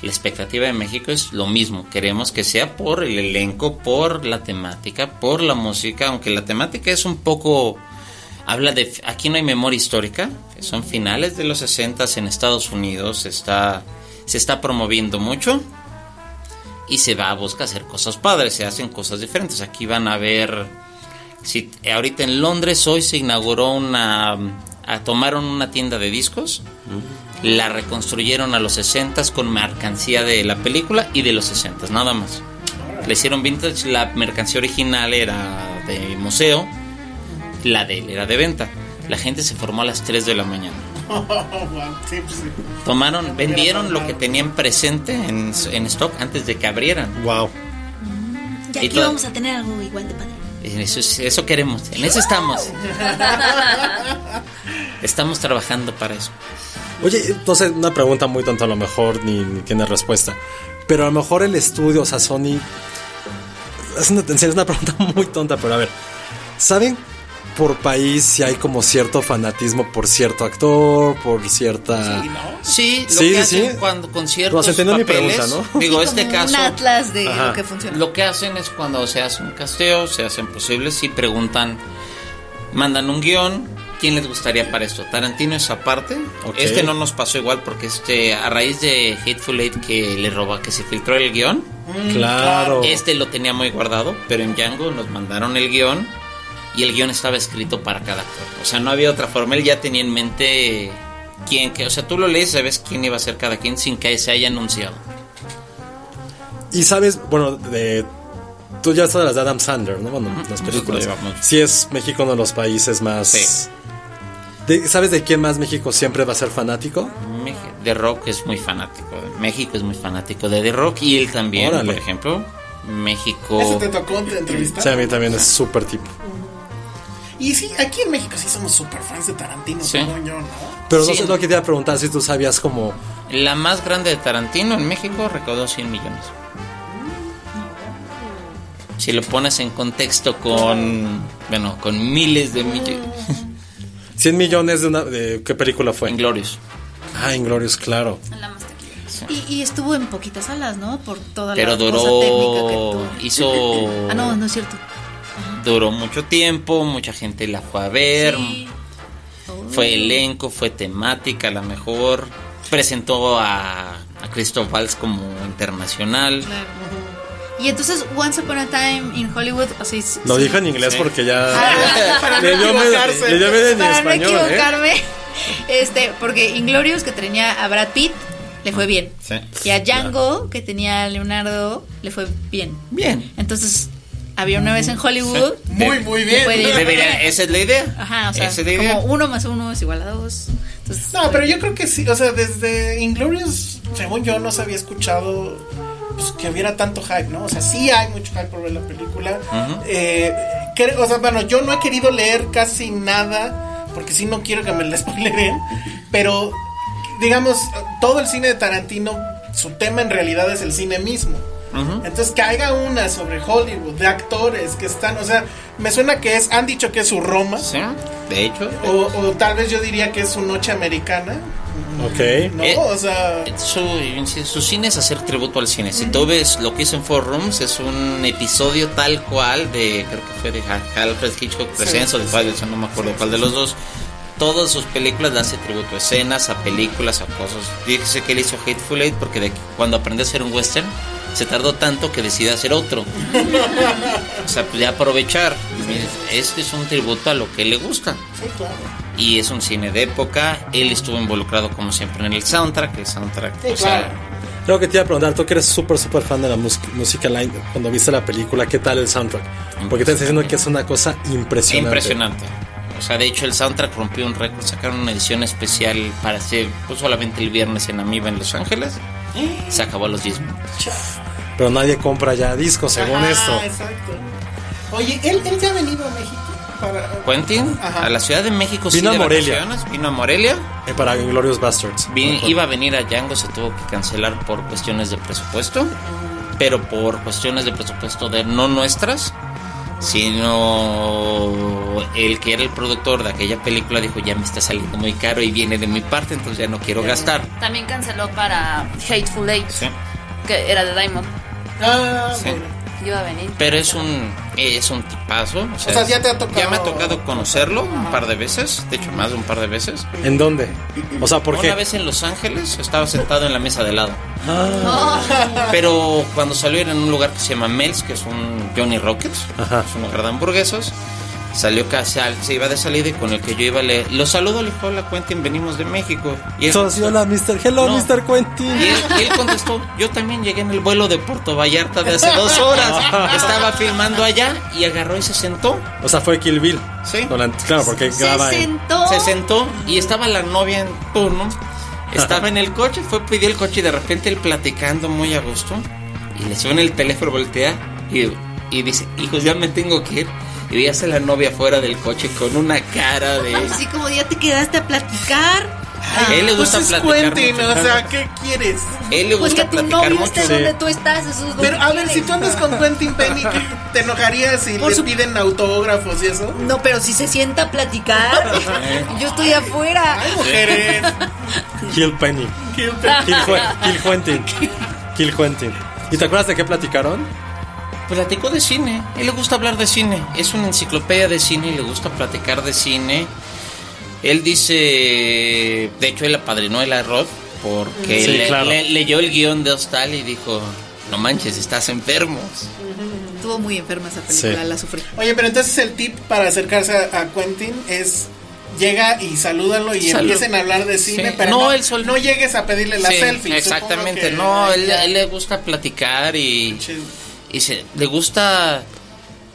Speaker 7: La expectativa de México es lo mismo, queremos que sea por el elenco, por la temática, por la música, aunque la temática es un poco... Habla de... Aquí no hay memoria histórica, son finales de los 60 en Estados Unidos, está, se está promoviendo mucho y se va a buscar hacer cosas padres, se hacen cosas diferentes. Aquí van a ver... Si ahorita en Londres hoy se inauguró una a- tomaron una tienda de discos, la reconstruyeron a los 60s con mercancía de la película y de los 60s nada más. Le hicieron vintage, la mercancía original era de museo, la de él era de venta. La gente se formó a las 3 de la mañana.
Speaker 3: Wow, sí, pues sí.
Speaker 7: Tomaron, vendieron lo que tenían presente en, en stock antes de que abrieran.
Speaker 5: Wow.
Speaker 6: Y
Speaker 7: Y
Speaker 6: aquí
Speaker 7: todo-
Speaker 6: vamos a tener algo igual de padre.
Speaker 7: Eso, es- eso queremos, en eso estamos. Estamos trabajando para eso.
Speaker 5: Oye, entonces una pregunta muy tonta a lo mejor ni, ni tiene respuesta. Pero a lo mejor el estudio, o sea, Sony... Es una, en serio, es una pregunta muy tonta, pero a ver. ¿Saben por país si hay como cierto fanatismo por cierto actor, por cierta...
Speaker 7: Sí,
Speaker 5: Sí,
Speaker 7: lo que
Speaker 5: sí,
Speaker 7: hacen
Speaker 5: sí.
Speaker 7: cuando con
Speaker 5: Pues,
Speaker 7: ciertos
Speaker 5: entiendo mi
Speaker 7: papeles,
Speaker 5: pregunta, ¿no?
Speaker 7: digo, este
Speaker 6: Como
Speaker 7: caso,
Speaker 6: Un atlas de
Speaker 5: Ajá.
Speaker 6: lo que funciona.
Speaker 7: lo que hacen es cuando se hace un casteo, se hacen posibles y preguntan, mandan un guión, ¿quién les gustaría para esto? Tarantino es aparte,
Speaker 5: Ok.
Speaker 7: este no nos pasó igual porque este, a raíz de Hateful Eight que le roba, que se filtró el guión,
Speaker 5: claro.
Speaker 7: este lo tenía muy guardado, pero en Django nos mandaron el guión y el guión estaba escrito para cada actor. O sea, no había otra forma, él ya tenía en mente quién, que, o sea, tú lo lees, sabes quién iba a ser cada quien sin que se haya anunciado.
Speaker 5: Y sabes, bueno, de Tú ya sabes las de Adam Sandler, ¿no? Bueno, las películas.
Speaker 7: lo llevamos.
Speaker 5: Sí es México uno de los países más...
Speaker 7: Sí.
Speaker 5: De- ¿Sabes de quién más México siempre va a ser fanático?
Speaker 7: Mex- The Rock es muy fanático. México es muy fanático de The Rock y él también,
Speaker 5: Órale.
Speaker 7: por ejemplo.
Speaker 3: ¿Eso
Speaker 7: México.
Speaker 3: te tocó en- entrevistar?
Speaker 5: Sí, a mí también es súper tipo.
Speaker 3: Y sí, aquí en México sí somos super fans de Tarantino,
Speaker 7: Sí.
Speaker 3: según yo, ¿no?
Speaker 5: Pero no
Speaker 7: Sí.
Speaker 5: sé, no quería preguntar si tú sabías como...
Speaker 7: La más grande de Tarantino en México recaudó 100 millones. Si lo pones en contexto con, bueno, con miles de millones.
Speaker 5: 100 millones de una... De, ¿Qué película fue?
Speaker 7: Inglorious.
Speaker 5: Ah, Inglorious, claro.
Speaker 4: La más taquillera.
Speaker 6: Y, y estuvo en poquitas salas, ¿no? Por toda
Speaker 7: Pero
Speaker 6: la cosa técnica que
Speaker 7: duró,
Speaker 6: tuvo.
Speaker 7: hizo,
Speaker 6: Ah, no, no es cierto.
Speaker 7: duró mucho tiempo, mucha gente la fue a ver,
Speaker 4: Sí.
Speaker 6: Oh,
Speaker 7: fue elenco, fue temática, la mejor, presentó a, a Christoph Waltz como internacional.
Speaker 6: Claro. Y entonces, Once Upon a Time in Hollywood, así. s-
Speaker 5: Lo
Speaker 6: sí. Ah,
Speaker 5: dije en inglés
Speaker 7: Sí.
Speaker 5: porque ya...
Speaker 3: Para no
Speaker 5: le dio miedo-
Speaker 3: equivocarse.
Speaker 5: le dio miedo en
Speaker 6: Para no
Speaker 5: español, ¿eh?
Speaker 6: equivocarme. Este, porque Inglorious, que tenía a Brad Pitt, le fue bien.
Speaker 7: Sí.
Speaker 6: Y a Django, que tenía a Leonardo, le fue bien.
Speaker 7: Bien.
Speaker 6: Entonces, había una vez en Hollywood.
Speaker 3: Muy, muy bien.
Speaker 6: Puede ir.
Speaker 7: Debería- esa es la idea.
Speaker 6: Ajá, o sea,
Speaker 7: esa es la idea.
Speaker 6: como uno más uno es igual a dos. Entonces,
Speaker 3: No, pero yo creo que sí, o sea, desde Inglorious, según yo, no se había escuchado pues, que hubiera tanto hype, ¿no? O sea, sí hay mucho hype por ver la película. Eh, cre- o sea, bueno, yo no he querido leer casi nada, porque sí no quiero que me la spoileren, pero digamos, todo el cine de Tarantino, su tema en realidad es el cine mismo. Entonces caiga una sobre Hollywood, de actores que están, o sea, me suena que es, han dicho que es su Roma,
Speaker 7: Sí, De hecho,
Speaker 3: o, o tal vez yo diría que es su noche americana,
Speaker 5: Ok.
Speaker 3: no,
Speaker 7: Eh,
Speaker 3: o sea,
Speaker 7: su, su cine es hacer tributo al cine. Si tú ves lo que hizo en Four Rooms, es un episodio tal cual de, creo que fue de Ha- Alfred Hitchcock Presents o de Patterson, no me acuerdo cuál de los dos. Todas sus películas le hace tributo a escenas, a películas, a cosas. Dice que él hizo Hateful Eight porque de, cuando aprendió a hacer un western, se tardó tanto que decidió hacer otro. o sea, pues ya aprovechar. Este es un tributo a lo que le gusta
Speaker 3: sí, claro.
Speaker 7: y es un cine de época. Él estuvo involucrado como siempre en el soundtrack, el soundtrack,
Speaker 3: Sí,
Speaker 7: o sea,
Speaker 3: claro.
Speaker 5: Creo que te iba a preguntar, tú que eres súper, súper fan de la mus- música line, cuando viste la película, ¿qué tal el soundtrack? Porque te estás diciendo que es una cosa impresionante.
Speaker 7: impresionante. O sea, de hecho el soundtrack rompió un récord, sacaron una edición especial para hacer pues, solamente el viernes en Amiba en Los Ángeles. Se acabó a los 10 minutos.
Speaker 5: Pero nadie compra ya discos, según
Speaker 3: Ajá,
Speaker 5: esto.
Speaker 3: exacto. Oye, él, él ya ha venido a México para.
Speaker 7: Quentin,
Speaker 3: Ajá.
Speaker 7: a la Ciudad de México
Speaker 5: Vino
Speaker 7: sí,
Speaker 5: a
Speaker 7: de
Speaker 5: Morelia.
Speaker 7: vacaciones, vino a Morelia.
Speaker 5: Eh, para Glorious Bastards.
Speaker 7: Vin-
Speaker 5: Ajá.
Speaker 7: iba a venir a Django, se tuvo que cancelar por cuestiones de presupuesto, pero por cuestiones de presupuesto de no nuestras, sino el que era el productor de aquella película dijo ya me está saliendo muy caro y viene de mi parte, entonces ya no quiero gastar.
Speaker 4: También canceló para Hateful Eight,
Speaker 7: Sí.
Speaker 4: que era de Diamond.
Speaker 3: Ah,
Speaker 7: Sí.
Speaker 3: bueno.
Speaker 4: que Iba a venir.
Speaker 7: Pero es un eh, es un tipazo. O sea,
Speaker 3: sea, ya te ha tocado-
Speaker 7: ya me ha tocado conocerlo un par de veces, de hecho más de un par de veces.
Speaker 5: ¿En dónde? O sea, ¿por
Speaker 7: Una
Speaker 5: qué? Ah.
Speaker 7: vez en Los Ángeles estaba sentado en la mesa de lado. Pero cuando salió era en un lugar que se llama Mel's, que es un Johnny Rockets,
Speaker 5: Ajá.
Speaker 7: es un lugar de hamburguesas. Salió que sal- se iba de salida y con el que yo iba le... Lo saludo, le dijo, hola Quentin, venimos de México. Y él,
Speaker 5: Entonces, hola, Mr. Hello,
Speaker 7: No.
Speaker 5: Mr. Quentin.
Speaker 7: y él- y él contestó, yo también llegué en el vuelo de Puerto Vallarta de hace dos horas. Estaba filmando allá y agarró y se sentó.
Speaker 5: O sea, fue Kill Bill.
Speaker 7: Sí.
Speaker 5: Durante- claro, porque graba
Speaker 6: se
Speaker 5: en...
Speaker 6: sentó.
Speaker 7: Se sentó y estaba la novia en turno. Estaba en el coche, fue, pidió el coche y de repente él platicando muy a gusto. Y le suena el teléfono, voltea y, y dice, hijos, ya me tengo que ir. Y veías a la novia fuera del coche con una cara de...
Speaker 6: pues, Así como ya te quedaste a platicar.
Speaker 7: A él le gusta
Speaker 3: pues es
Speaker 7: platicar
Speaker 3: Quentin,
Speaker 7: mucho.
Speaker 3: o sea, ¿qué quieres?
Speaker 7: A él le
Speaker 6: Pues que
Speaker 7: gusta
Speaker 6: tu
Speaker 7: platicar
Speaker 6: novio
Speaker 7: mucho.
Speaker 6: esté
Speaker 5: Sí.
Speaker 6: donde tú estás. Eso es lo
Speaker 3: Pero
Speaker 6: que
Speaker 3: a ver, si
Speaker 6: quieres.
Speaker 3: tú andas con Quentin Penny, ¿te enojarías si
Speaker 6: Por
Speaker 3: le
Speaker 6: su-
Speaker 3: piden autógrafos y eso?
Speaker 6: No, pero si se sienta a platicar, yo estoy afuera.
Speaker 3: Ay, mujeres.
Speaker 5: Kill Penny.
Speaker 3: qué pe-
Speaker 5: Kill, Quen- Kill Quentin. Kill Quentin. ¿Y te acuerdas de qué platicaron?
Speaker 7: Platicó de cine, a él le gusta hablar de cine, es una enciclopedia de cine y le gusta platicar de cine. Él dice, de hecho él apadrinó el arroz porque
Speaker 5: Sí,
Speaker 7: le-
Speaker 5: claro.
Speaker 7: le- leyó el guión de Hostal y dijo, no manches, estás enfermo.
Speaker 6: Estuvo muy enferma esa película,
Speaker 5: Sí.
Speaker 6: la sufrí.
Speaker 3: Oye, pero entonces el tip para acercarse a, a Quentin es. Llega y salúdalo y
Speaker 7: Salud.
Speaker 3: empiecen a hablar de cine,
Speaker 7: Sí.
Speaker 3: pero
Speaker 7: No,
Speaker 3: no,
Speaker 7: él sol-
Speaker 3: no llegues a pedirle la
Speaker 7: Sí,
Speaker 3: selfie. supongo
Speaker 7: exactamente,
Speaker 3: que-
Speaker 7: no, él,
Speaker 3: ya.
Speaker 7: él le gusta platicar y,
Speaker 3: Chido.
Speaker 7: y se, le gusta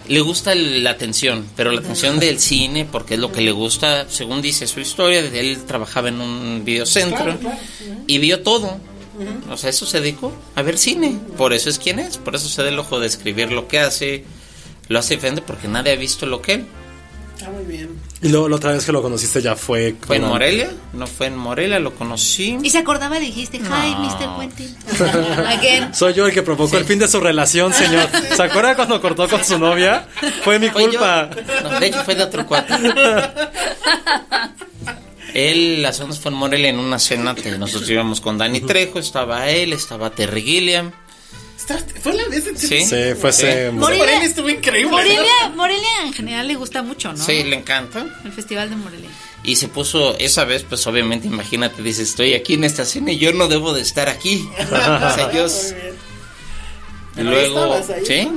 Speaker 7: le gusta el- la atención, pero la atención del cine, porque es lo que le gusta, según dice su historia, de- él trabajaba en un videocentro y vio todo. O sea, eso se dedicó a ver cine. Por eso es quien es, por eso se da el ojo de escribir lo que hace. Lo hace diferente porque nadie ha visto lo que él.
Speaker 3: Está muy bien.
Speaker 5: Y luego la otra vez que lo conociste ya fue.
Speaker 7: ¿Fue en
Speaker 5: con-
Speaker 7: Morelia? No fue en Morelia, lo conocí.
Speaker 6: Y se acordaba, dijiste, hi,
Speaker 7: Ah.
Speaker 6: Mr. Quentin. Again.
Speaker 5: Soy yo el que provocó el fin de su relación, señor. ¿Se acuerda cuando cortó con su novia? Fue mi
Speaker 7: Fue yo.
Speaker 5: culpa.
Speaker 7: No, de hecho fue de otro cuate. Él, las ondas fue en Morelia en una cena que nosotros íbamos con Dani Trejo, estaba él, estaba Terry Gilliam.
Speaker 3: Está- fue la vez de
Speaker 7: Sí.
Speaker 5: Sí, fue ese.
Speaker 3: Morelia, estuvo increíble.
Speaker 6: Morelia, Morelia en general le gusta mucho, ¿no?
Speaker 7: Sí, le encanta.
Speaker 6: El festival de Morelia.
Speaker 7: Y se puso, esa vez, pues obviamente, imagínate, dice, estoy aquí en esta cena y yo no debo de estar aquí. O sea, yo... Y Luego,
Speaker 3: estabas ahí.
Speaker 7: sí,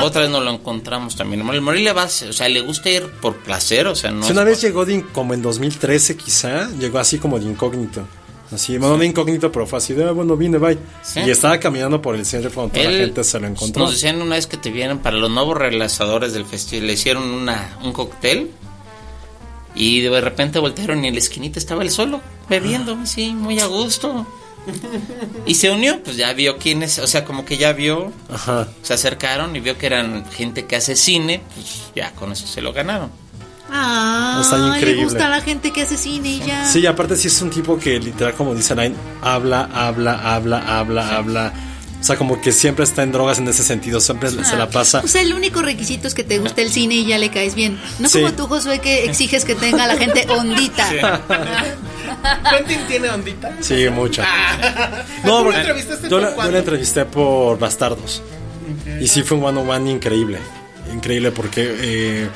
Speaker 7: otra vez nos lo encontramos también. El Morelia va, o sea, le gusta ir por placer, o sea, no.
Speaker 5: Sí,
Speaker 7: es
Speaker 5: una
Speaker 7: por-
Speaker 5: vez llegó de in- como en 2013 quizá, llegó así como de incógnito. Así, bueno, no de incógnito, pero fue así de, "Ah, bueno, vine, bye.
Speaker 7: Sí.
Speaker 5: Y estaba caminando por el centro cuando toda
Speaker 7: Él-
Speaker 5: la gente se lo encontró.
Speaker 7: Nos decían una vez que te vieron para los nuevos realizadores del festival, le hicieron una, un cóctel y de repente voltearon y en la esquinita estaba él solo,
Speaker 6: Ah.
Speaker 7: bebiendo, sí, muy a gusto. Y se unió, pues ya vio quiénes, o sea, como que ya vio,
Speaker 5: Ajá.
Speaker 7: se acercaron y vio que eran gente que hace cine, pues ya con eso se lo ganaron.
Speaker 6: Ah,
Speaker 5: Está
Speaker 6: le
Speaker 5: increíble.
Speaker 6: gusta la gente que hace cine ya.
Speaker 5: Sí, y aparte sí es un tipo que literal, como dice Alain, habla, habla, habla, habla, habla. O sea, como que siempre está en drogas en ese sentido, siempre se la pasa.
Speaker 6: O sea, el único requisito es que te guste el cine y ya le caes bien. No
Speaker 5: Sí.
Speaker 6: como tú, Josué, que exiges que tenga la gente ondita.
Speaker 3: Quentin tiene ondita.
Speaker 5: Sí, mucho.
Speaker 7: Ah.
Speaker 3: ¿Tú
Speaker 5: No,
Speaker 3: lo
Speaker 5: porque
Speaker 3: entrevistaste
Speaker 5: yo,
Speaker 3: por
Speaker 5: la, yo
Speaker 3: cuándo?
Speaker 5: la entrevisté por Bastardos. Y sí fue un one on one increíble. Increíble porque eh,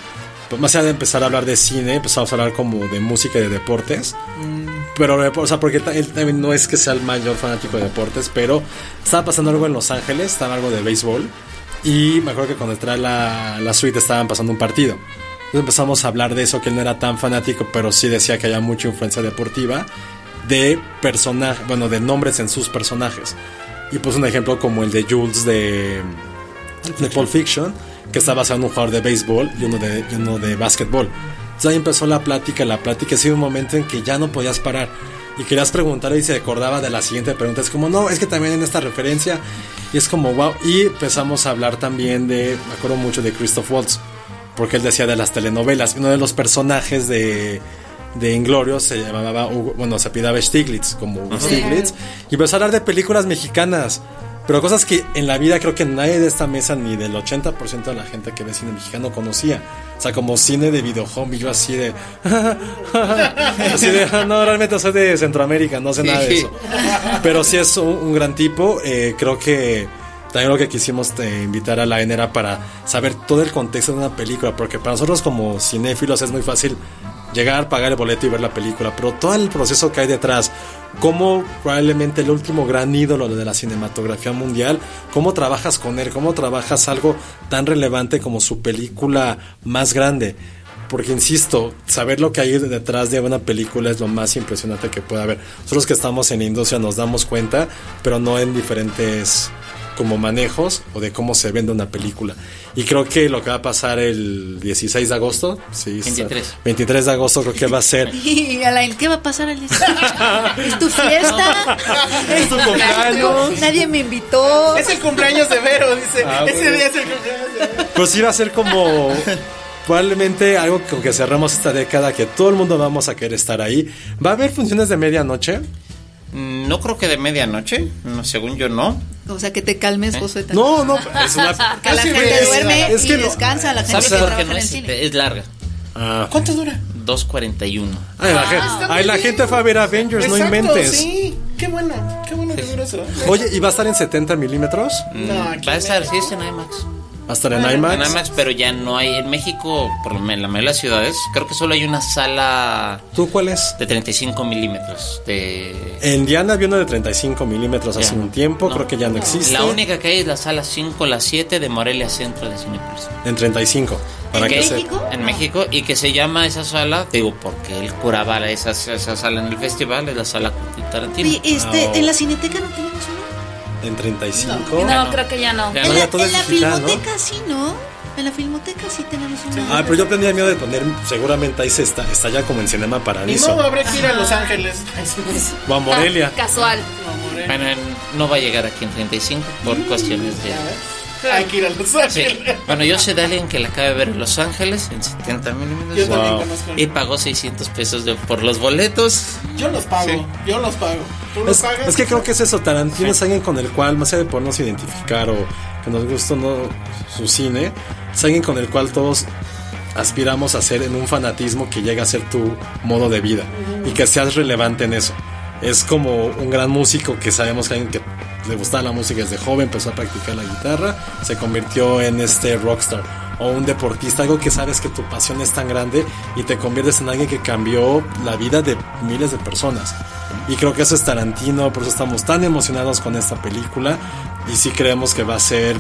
Speaker 5: pues, más allá de empezar a hablar de cine, empezamos a hablar como de música y de deportes.
Speaker 3: Mm.
Speaker 5: Pero, eh, o sea, porque ta- él también no es que sea el mayor fanático de deportes, pero estaba pasando algo en Los Ángeles, estaba algo de béisbol. Y me acuerdo que cuando entré a la, la suite estaban pasando un partido. Entonces empezamos a hablar de eso, que él no era tan fanático, pero sí decía que había mucha influencia deportiva de personajes, bueno, de nombres en sus personajes. Y puso un ejemplo como el de Jules de, de Pulp Fiction, que está basado en un jugador de béisbol y uno de, y uno de básquetbol. Entonces ahí empezó la plática, la plática, y sí, un momento en que ya no podías parar. Y querías preguntar y se acordaba de la siguiente pregunta. Es como, no, es que también en esta referencia. Y es como, wow. Y empezamos a hablar también de, me acuerdo mucho de Christoph Waltz, porque él decía de las telenovelas. Uno de los personajes de, de Inglorious se llamaba, Hugo- bueno, se apellidaba Stiglitz, como Hugo Stiglitz. Y empezó a hablar de películas mexicanas. Pero cosas que en la vida creo que nadie de esta mesa, ni del 80% de la gente que ve cine mexicano, conocía. O sea, como cine de videojuego, y yo así de. así de. No, realmente soy de Centroamérica, no sé nada de
Speaker 7: Sí.
Speaker 5: eso. Pero sí es un, un gran tipo. eh, creo que también lo que quisimos eh, invitar a la N era para saber todo el contexto de una película. Porque para nosotros, como cinéfilos, es muy fácil llegar, pagar el boleto y ver la película. Pero todo el proceso que hay detrás, cómo probablemente el último gran ídolo de la cinematografía mundial, cómo trabajas con él, cómo trabajas algo tan relevante como su película más grande. Porque insisto, saber lo que hay detrás de una película es lo más impresionante que puede haber. Nosotros que estamos en la industria nos damos cuenta, pero no en diferentes como manejos o de cómo se vende una película. Y creo que lo que va a pasar el 16 de agosto, sí, es-
Speaker 7: 23.
Speaker 5: 23 de agosto creo que va a ser
Speaker 6: Y Alain, ¿qué va a pasar al ¿Es tu fiesta?
Speaker 5: Es tu cumpleaños.
Speaker 6: Nadie me invitó.
Speaker 3: Es el cumpleaños de Vero, dice.
Speaker 5: Ah,
Speaker 3: Ese
Speaker 5: bueno.
Speaker 3: día es el cumpleaños de Vero.
Speaker 5: Pues sí va a ser como probablemente algo con que cerramos esta década, que todo el mundo vamos a querer estar ahí. Va a haber funciones de medianoche.
Speaker 7: Mm, No creo que de medianoche, no, según yo no.
Speaker 6: O sea, que te calmes,
Speaker 7: ¿Eh?
Speaker 6: Josué. también.
Speaker 5: No, no, es una...
Speaker 6: Que la
Speaker 5: Sí,
Speaker 6: gente
Speaker 5: es-
Speaker 6: duerme
Speaker 5: es que
Speaker 6: y
Speaker 5: no-
Speaker 6: descansa, la gente
Speaker 7: ¿Sabes
Speaker 6: que
Speaker 7: por qué
Speaker 6: trabaja
Speaker 7: no
Speaker 6: en el
Speaker 7: es?
Speaker 6: cine.
Speaker 7: Es larga,
Speaker 5: Ah.
Speaker 3: ¿Cuánto dura?
Speaker 7: 2.41.
Speaker 5: Ay, la, gen- ay, la gente fue a ver Avengers,
Speaker 7: Pues
Speaker 5: no
Speaker 3: Exacto,
Speaker 5: inventes.
Speaker 3: sí. Qué bueno, qué bueno que dura eso.
Speaker 5: Oye, ¿y va a estar en 70 milímetros?
Speaker 3: No, aquí
Speaker 7: Mm. Va a
Speaker 3: no.
Speaker 7: estar, sí, este es en IMAX.
Speaker 5: ¿Va a estar en
Speaker 7: Ah, En
Speaker 5: IMAX?
Speaker 7: IMAX, pero ya no hay. En México, por lo menos en la mayoría de las ciudades, creo que solo hay una sala
Speaker 5: ¿Tú cuál es?
Speaker 7: de 35 milímetros. De...
Speaker 5: En Diana había una de 35 milímetros hace
Speaker 7: Ya.
Speaker 5: un tiempo,
Speaker 7: No.
Speaker 5: creo que ya no existe.
Speaker 7: La única que hay es la sala 5, la 7 de Morelia Centro de Cinepolis.
Speaker 5: En 35. Para
Speaker 7: ¿En
Speaker 5: que
Speaker 7: qué?
Speaker 5: se-
Speaker 6: México?
Speaker 7: En México, y que se llama esa sala, digo, porque él curaba la- esa, esa sala en el festival, es la sala Quentin Tarantino.
Speaker 6: Oye, este,
Speaker 5: No.
Speaker 6: en la cineteca no tenemos una.
Speaker 5: en 35.
Speaker 4: No, creo que ya no.
Speaker 7: Ya
Speaker 6: En
Speaker 7: no,
Speaker 6: la,
Speaker 5: ya todo
Speaker 6: en
Speaker 5: es
Speaker 6: la
Speaker 5: digital, ¿no?
Speaker 6: filmoteca sí, ¿no? En la filmoteca sí tenemos una.
Speaker 5: Ah, pero yo tenía miedo de poner, seguramente ahí se está, está ya como en Cinema
Speaker 3: Ni
Speaker 5: Paradiso.
Speaker 3: modo, habrá que ir a Los Ángeles.
Speaker 5: O a Morelia.
Speaker 4: Ah, casual.
Speaker 7: Bueno, no va a llegar aquí en 35 por cuestiones de...
Speaker 3: Hay que ir a Los
Speaker 7: Sí.
Speaker 3: Ángeles.
Speaker 7: Bueno, yo sé de alguien que la acaba de ver en Los Ángeles en 70
Speaker 3: Yo
Speaker 7: minutos
Speaker 3: también
Speaker 5: Wow.
Speaker 3: conozco.
Speaker 7: y pagó 600 pesos de- por los boletos.
Speaker 3: Yo los pago,
Speaker 7: Sí.
Speaker 3: yo los pago. ¿Tú los
Speaker 5: Es,
Speaker 3: pagas?
Speaker 5: es que creo que es eso, Tarantino es alguien con el cual, más allá de podernos identificar o que nos guste o no su cine, es alguien con el cual todos aspiramos a ser en un fanatismo que llega a ser tu modo de vida y que seas relevante en eso. Es como un gran músico que sabemos que alguien que le gustaba la música desde joven, empezó a practicar la guitarra, se convirtió en este rockstar o un deportista, algo que sabes que tu pasión es tan grande y te conviertes en alguien que cambió la vida de miles de personas. Y creo que eso es Tarantino, por eso estamos tan emocionados con esta película y sí creemos que va a ser,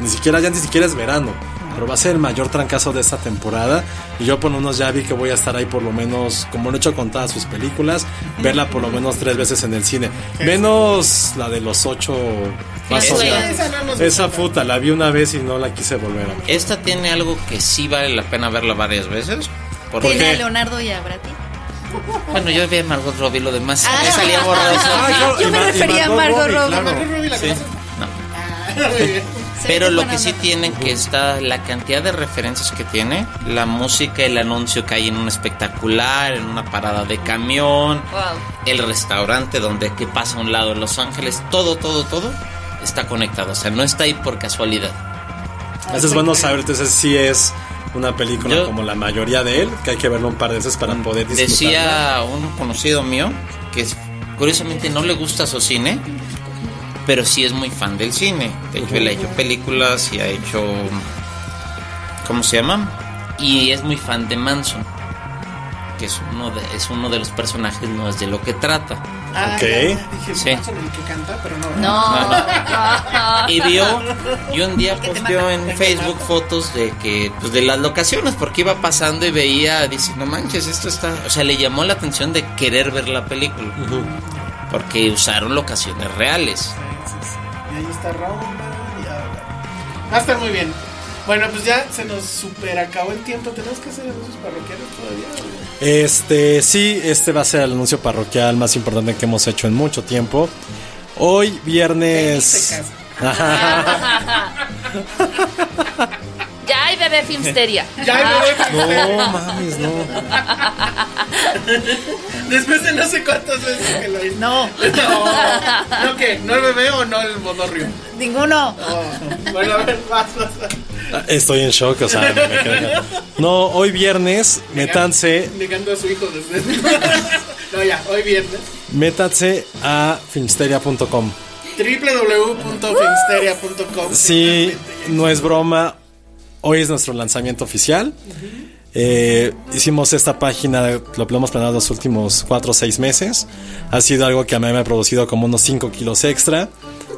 Speaker 5: ni siquiera ya ni siquiera es verano, pero va a ser el mayor trancazo de esta temporada y yo por unos ya vi que voy a estar ahí por lo menos, como lo he hecho con todas sus películas, verla por lo menos tres veces en el cine, menos la de los ocho más
Speaker 7: Eso
Speaker 5: odiados.
Speaker 7: es.
Speaker 3: Ah, Esa no nos
Speaker 5: Esa
Speaker 3: gusta.
Speaker 5: puta, la vi una vez y no la quise volver a ver.
Speaker 7: Esta tiene algo que sí vale la pena verla varias veces. Porque,
Speaker 6: Tiene
Speaker 5: qué?
Speaker 6: a Leonardo y a Brati.
Speaker 7: bueno, yo vi a Margot Robbie, lo demás
Speaker 6: Ah.
Speaker 7: me salía borroso.
Speaker 5: claro,
Speaker 6: Yo
Speaker 5: y
Speaker 6: me
Speaker 5: Mar- y
Speaker 6: refería a
Speaker 5: Ah, Margot Robbie,
Speaker 6: Margot Robbie.
Speaker 5: claro.
Speaker 3: Margot Robbie la
Speaker 7: Sí,
Speaker 3: conoces.
Speaker 7: no.
Speaker 3: Ah, muy bien.
Speaker 6: Se ve
Speaker 7: Pero
Speaker 6: es
Speaker 7: lo
Speaker 6: buena
Speaker 7: que sí
Speaker 6: onda.
Speaker 7: tienen que está la cantidad de referencias que tiene, la música, el anuncio que hay en un espectacular, en una parada de camión,
Speaker 4: Wow.
Speaker 7: el restaurante donde que pasa a un lado en Los Ángeles, todo, todo, todo está conectado. O sea, no está ahí por casualidad.
Speaker 5: Eso es bueno saber, entonces sí es una película
Speaker 7: Yo- Mm,
Speaker 5: como la mayoría de él, que hay que verlo un par de veces para poder disfrutarla.
Speaker 7: Decía un conocido mío que es- curiosamente no le gusta su cine, pero sí es muy fan del cine. De hecho, él ha hecho películas y ha hecho. ¿Cómo se llama? Y es muy fan de Manson, que es uno de, es uno de los personajes, no es de lo que trata.
Speaker 3: Ah,
Speaker 5: Ok.
Speaker 3: ya, Dije,
Speaker 7: Sí.
Speaker 3: "Manson, el que canta, pero no.
Speaker 6: No.
Speaker 7: Y vio, y un día
Speaker 6: Que te
Speaker 7: posteó
Speaker 6: mata,
Speaker 7: en Facebook fotos de que, pues de las locaciones, porque iba pasando y veía, dice, no manches, esto está. O sea, le llamó la atención de querer ver la película.
Speaker 5: Ujú.
Speaker 7: Porque usaron locaciones reales.
Speaker 3: Sí, sí, sí. Y ahí está Roma. y ahora- Va a estar muy bien. Bueno, pues ya se nos super acabó el tiempo. Tenemos que hacer anuncios parroquiales todavía. güey?
Speaker 5: Este, sí, este va a ser el anuncio parroquial más importante que hemos hecho en mucho tiempo. Hoy viernes.
Speaker 3: Feliz
Speaker 4: Ya hay bebé Filmsteria.
Speaker 3: Ya
Speaker 4: Ah,
Speaker 3: me voy.
Speaker 5: No Oh, mames, no.
Speaker 3: Después de no sé cuántas veces que lo hice.
Speaker 6: No,
Speaker 3: No, ¿No qué? ¿No el bebé o no el modorrio?
Speaker 6: ninguno.
Speaker 3: No. Bueno, a ver, vas, vas. vas.
Speaker 5: Estoy en shock, o sea, me quedé- No, hoy viernes, métanse,
Speaker 3: Negando a su hijo desde. No, ya, hoy viernes.
Speaker 5: métanse a filmsteria.com.
Speaker 3: www.finsteria.com.
Speaker 5: Sí, no es broma. Hoy es nuestro lanzamiento oficial. Eh, hicimos esta página, lo hemos planeado los últimos 4 o 6 meses. Ha sido algo que a mí me ha producido como unos 5 kilos extra.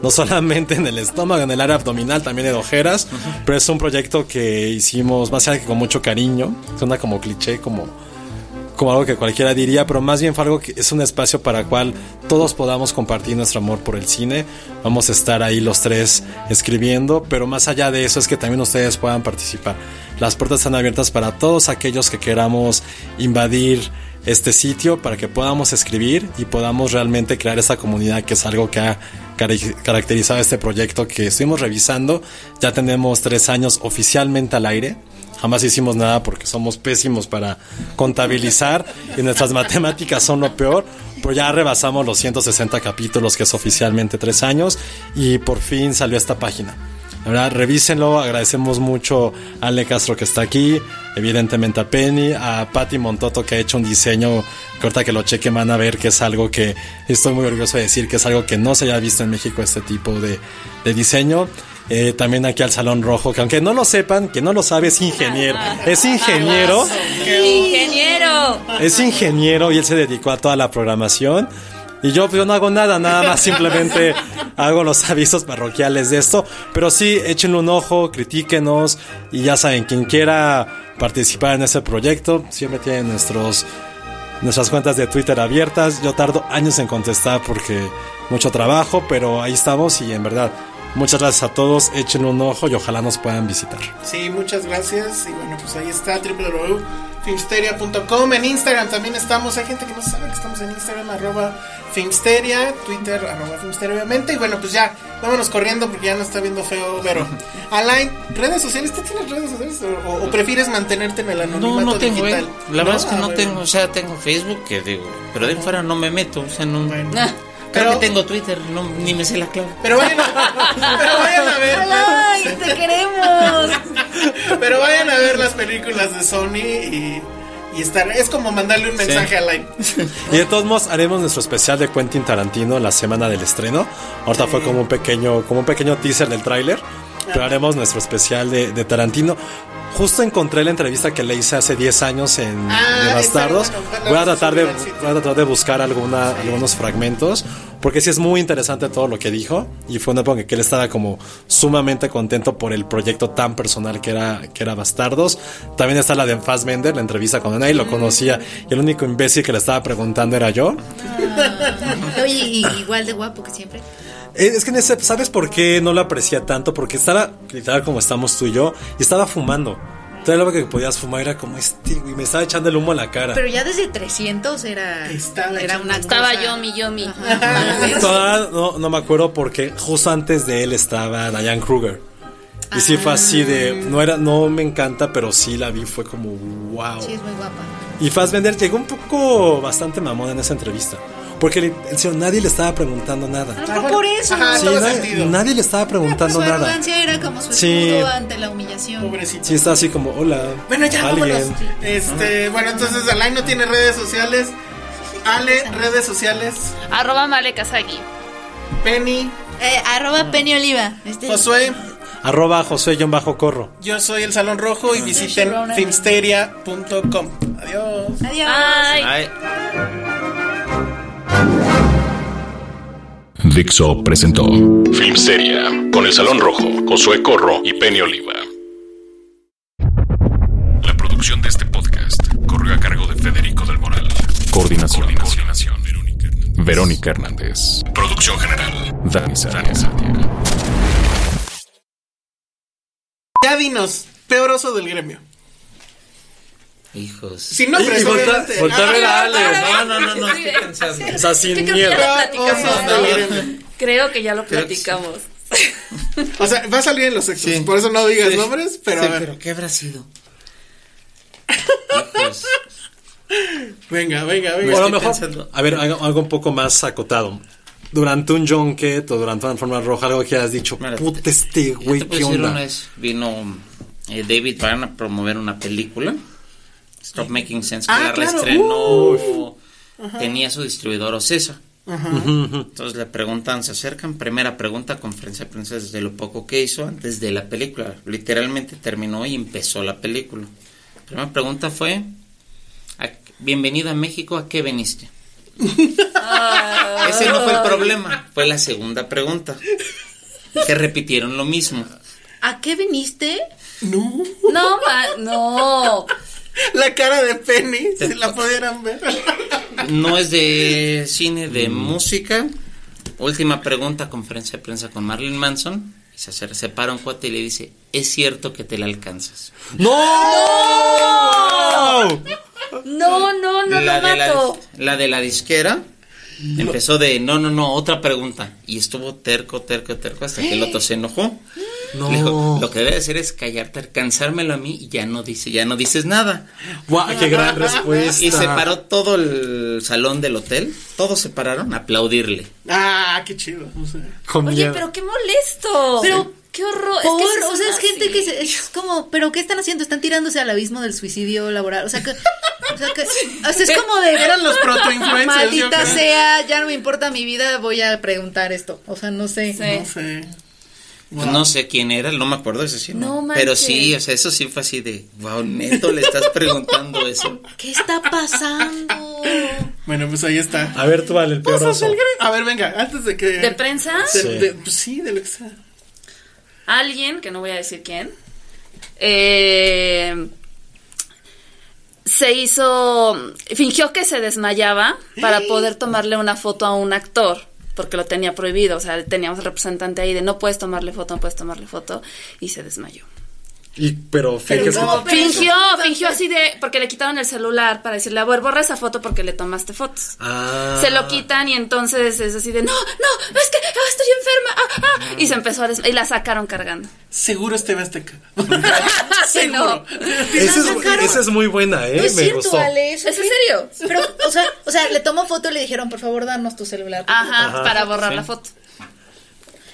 Speaker 5: No solamente en el estómago, en el área abdominal, también en ojeras. Pero es un proyecto que hicimos más allá que con mucho cariño. Suena como cliché, como como algo que cualquiera diría, pero más bien fue algo que es un espacio para el cual todos podamos compartir nuestro amor por el cine. Vamos a estar ahí los tres escribiendo, pero más allá de eso es que también ustedes puedan participar. Las puertas están abiertas para todos aquellos que queramos invadir este sitio para que podamos escribir y podamos realmente crear esa comunidad que es algo que ha cari- caracterizado este proyecto que estuvimos revisando. Ya tenemos tres años oficialmente al aire. Jamás hicimos nada porque somos pésimos para contabilizar y nuestras matemáticas son lo peor, pero ya rebasamos los 160 capítulos, que es oficialmente tres años, y por fin salió esta página. La verdad, revísenlo, agradecemos mucho a Ale Castro que está aquí, evidentemente a Penny, a Patti Montoto que ha hecho un diseño, que ahorita que lo chequen van a ver que es algo que estoy muy orgulloso de decir, que es algo que no se haya visto en México este tipo de, de diseño. Eh, también aquí al Salón Rojo, que aunque no lo sepan, que no lo sabe, es ingeniero. Es ingeniero,
Speaker 4: Ingeniero.
Speaker 5: es ingeniero y él se dedicó a toda la programación. Y yo, pues, yo no hago nada, nada más simplemente hago los avisos parroquiales de esto. Pero sí, échenle un ojo, critíquenos y ya saben, quien quiera participar en ese proyecto, siempre tienen nuestros nuestras cuentas de Twitter abiertas. Yo tardo años en contestar porque mucho trabajo, pero ahí estamos y en verdad, muchas gracias a todos. Echen un ojo y ojalá nos puedan visitar.
Speaker 3: Sí, muchas gracias. Y bueno, pues ahí está www.filmsteria.com. En Instagram también estamos. Hay gente que no sabe que estamos en Instagram, arroba Filmsteria, Twitter, arroba Filmsteria, obviamente. Y bueno, pues ya, vámonos corriendo porque ya no está viendo feo, pero Alain, redes sociales, ¿tú tienes redes sociales? ¿O, o prefieres mantenerte en el anonimato
Speaker 7: No, no tengo, eh.
Speaker 3: digital?
Speaker 7: La verdad es que
Speaker 3: Ah,
Speaker 7: no
Speaker 3: bueno.
Speaker 7: tengo, o sea, tengo Facebook, que digo, pero de ahí fuera no me meto, o sea, no.
Speaker 3: Bueno.
Speaker 7: Nah,
Speaker 3: Pero-
Speaker 7: creo que tengo Twitter, no, ni me sé la clave.
Speaker 3: Pero vayan a, pero vayan a ver.
Speaker 6: ¡Ay, te queremos!
Speaker 3: Pero vayan a ver las películas de Sony y, y estar. Es como mandarle un mensaje a Line.
Speaker 5: Y de todos modos haremos nuestro especial de Quentin Tarantino la semana del estreno. Ahorita fue como un pequeño, como un pequeño teaser del tráiler, pero haremos nuestro especial de, de Tarantino. Justo encontré la entrevista que le hice hace 10 años en
Speaker 3: Ah,
Speaker 5: De
Speaker 3: está
Speaker 5: Bastardos.
Speaker 3: bueno, ojalá
Speaker 5: Voy a
Speaker 3: lo
Speaker 5: tratar de,
Speaker 3: suban al sitio.
Speaker 5: voy a tratar de buscar alguna, algunos fragmentos, porque sí es muy interesante todo lo que dijo. Y fue una época en que él estaba como sumamente contento por el proyecto tan personal que era, que era Bastardos. También está la de Fassbender, la entrevista con nadie lo conocía. Y el único imbécil que le estaba preguntando era yo.
Speaker 6: Oye, y- igual de guapo que siempre.
Speaker 5: Eh, Es que en ese- ¿sabes por qué no lo aprecia tanto? Porque estaba, literal, como estamos tú y yo, y estaba fumando. Todo lo que podías fumar era como este, güey, me estaba echando el humo a la cara.
Speaker 6: Pero ya desde 300 era,
Speaker 3: Estaba
Speaker 6: era
Speaker 3: echando-
Speaker 6: una
Speaker 4: Estaba
Speaker 6: cosa-
Speaker 4: Yomi, Yomi.
Speaker 5: Todavía no, no me acuerdo porque justo antes de él estaba Diane Kruger. Y sí fue así de, no era, no me encanta, pero sí la vi, fue como wow.
Speaker 6: Sí, es muy guapa.
Speaker 5: Y Fassbender llegó un poco bastante mamón en esa entrevista. Porque le- el señor nadie le estaba preguntando nada.
Speaker 6: A lo mejor por eso.
Speaker 3: Ajá,
Speaker 5: Sí,
Speaker 3: todo
Speaker 5: nadie,
Speaker 3: sentido.
Speaker 5: nadie le estaba
Speaker 6: Pues
Speaker 5: preguntando
Speaker 6: su
Speaker 5: nada.
Speaker 6: arrogancia era como su
Speaker 5: Sí.
Speaker 6: escudo ante la humillación.
Speaker 3: Pobrecito.
Speaker 5: Sí, está así como, hola.
Speaker 3: Bueno, ya
Speaker 5: alguien".
Speaker 3: vámonos. Este, bueno, entonces Alain no tiene redes sociales. Ale, redes sociales.
Speaker 4: Arroba Malekasagi.
Speaker 3: Penny,
Speaker 6: Eh, arroba Penny Oliva. Este-
Speaker 3: Josué.
Speaker 5: Arroba Josué-Corro.
Speaker 3: Yo soy el Salón Rojo y visiten filmsteria.com. Adiós.
Speaker 6: Adiós.
Speaker 4: Ay.
Speaker 7: Ay.
Speaker 1: Dixo presentó Filmsteria con el Salón Rojo, Josué Corro y Penny Oliva. La producción de este podcast corrió a cargo de Federico del Moral. Coordinación. Verónica Hernández. Producción general. Dani Satia.
Speaker 3: Ya dinos, peor oso del gremio.
Speaker 7: Hijos.
Speaker 3: Sin nombres,
Speaker 5: Y volta-
Speaker 3: obviamente.
Speaker 5: volta a ver a Ale.
Speaker 7: No, no, no, no, estoy pensando.
Speaker 5: O sea, sin
Speaker 4: Yo creo que
Speaker 5: miedo.
Speaker 4: ya lo
Speaker 3: Osos
Speaker 4: platicamos.
Speaker 3: del gremio.
Speaker 4: Creo que ya lo
Speaker 7: Creo que sí.
Speaker 4: platicamos.
Speaker 3: O sea, va a salir en los sexos,
Speaker 7: Sí.
Speaker 3: por eso no digas
Speaker 7: Sí.
Speaker 3: nombres, pero
Speaker 7: Sí,
Speaker 3: a ver.
Speaker 7: pero ¿qué habrá sido? Hijos.
Speaker 3: Venga, venga, venga.
Speaker 5: O a lo
Speaker 7: Estoy
Speaker 5: mejor,
Speaker 7: pensando.
Speaker 5: Pues a ver, algo, algo un poco más acotado. Durante un junket o durante una forma roja, algo que hayas dicho,
Speaker 7: Mira,
Speaker 5: puta este
Speaker 7: Yo
Speaker 5: güey,
Speaker 7: te puedo
Speaker 5: ¿qué
Speaker 7: decir,
Speaker 5: onda?
Speaker 7: una vez vino eh, David Byrne a promover una película, Stop Making Sense, que
Speaker 3: Ah,
Speaker 7: la
Speaker 3: claro,
Speaker 7: reestrenó, tenía su distribuidor Ocesa. Entonces le preguntan, se acercan, primera pregunta, conferencia de prensa desde lo poco que hizo antes de la película. Literalmente terminó y empezó la película. Primera pregunta fue, "¿A- bienvenido a México, ¿a qué veniste? Ese no fue el problema, fue la segunda pregunta. Que repitieron lo mismo.
Speaker 4: ¿A qué viniste? No. No, ma- no.
Speaker 3: La cara de Penny, si la pudieran ver.
Speaker 7: No es de cine,
Speaker 5: Mm,
Speaker 7: de música. Última pregunta, conferencia de prensa con Marilyn Manson. Y se acer- se para un cuate y le dice, es cierto que te la alcanzas.
Speaker 5: ¡No!
Speaker 4: No, no, no
Speaker 7: la,
Speaker 4: lo
Speaker 7: de la,
Speaker 4: mato.
Speaker 7: dis- la de la disquera empezó de, no, no, no, otra pregunta. Y estuvo terco, terco, terco, hasta que el otro se enojó. Le dijo, lo que debe hacer es callarte, alcanzármelo a mí y ya no dice, ya no dices nada.
Speaker 5: Guau, ¡Qué gran respuesta!
Speaker 7: Y se paró todo el salón del hotel, todos se pararon a aplaudirle.
Speaker 3: Ah, qué chido. o sea.
Speaker 5: Con
Speaker 4: Oye,
Speaker 5: miedo.
Speaker 4: pero qué molesto. Pero qué horror.
Speaker 6: Por-
Speaker 4: es que sí
Speaker 6: o sea,
Speaker 4: son
Speaker 6: es gente
Speaker 4: así.
Speaker 6: que se- es como, pero ¿qué están haciendo? Están tirándose al abismo del suicidio laboral. O sea, que, o sea, que- o sea, es como de
Speaker 3: Eran los protoinfluencers, yo
Speaker 6: Maldita
Speaker 3: creo.
Speaker 6: sea, ya no me importa mi vida, voy a preguntar esto. O sea, no sé.
Speaker 3: No
Speaker 4: Sí.
Speaker 3: sé.
Speaker 7: Pues No sé quién era, no me acuerdo ese sí.
Speaker 4: No manches.
Speaker 7: Pero sí, o sea, eso sí fue así de, wow, neto, le estás preguntando eso.
Speaker 6: ¿Qué está pasando?
Speaker 3: Bueno, pues ahí está.
Speaker 5: A ver, tú vale, el
Speaker 6: Pues,
Speaker 5: peor
Speaker 3: Osos
Speaker 5: oso.
Speaker 3: del gremio. A ver, venga, antes de que.
Speaker 4: ¿De prensa?
Speaker 3: de-
Speaker 5: Sí.
Speaker 3: de- pues sí, de lo que sea.
Speaker 4: Alguien, que no voy a decir quién, eh, se hizo, fingió que se desmayaba para poder tomarle una foto a un actor, porque lo tenía prohibido, o sea, teníamos representante ahí de no puedes tomarle foto, no puedes tomarle foto, y se desmayó.
Speaker 5: Y, pero fíjate
Speaker 6: no,
Speaker 5: que.
Speaker 6: pero
Speaker 4: fingió,
Speaker 6: eso no-
Speaker 4: fingió así de, porque le quitaron el celular para decirle, a ver, borra esa foto porque le tomaste fotos.
Speaker 5: Ah.
Speaker 4: Se lo quitan y entonces es así de, no, no, es que ah, estoy enferma, ah, ah", y se empezó a desmayar, y la sacaron cargando.
Speaker 3: Seguro este va a este caga.
Speaker 4: Sí, no.
Speaker 5: Esa es, esa es muy buena, ¿eh?
Speaker 6: No es
Speaker 5: Me
Speaker 6: cierto,
Speaker 5: gustó.
Speaker 6: Ale. eso
Speaker 4: ¿Es
Speaker 6: sí.
Speaker 4: en serio?
Speaker 6: Pero, o sea, o sea, le tomó foto y le dijeron, por favor, danos tu celular.
Speaker 4: Ajá, para borrar la foto.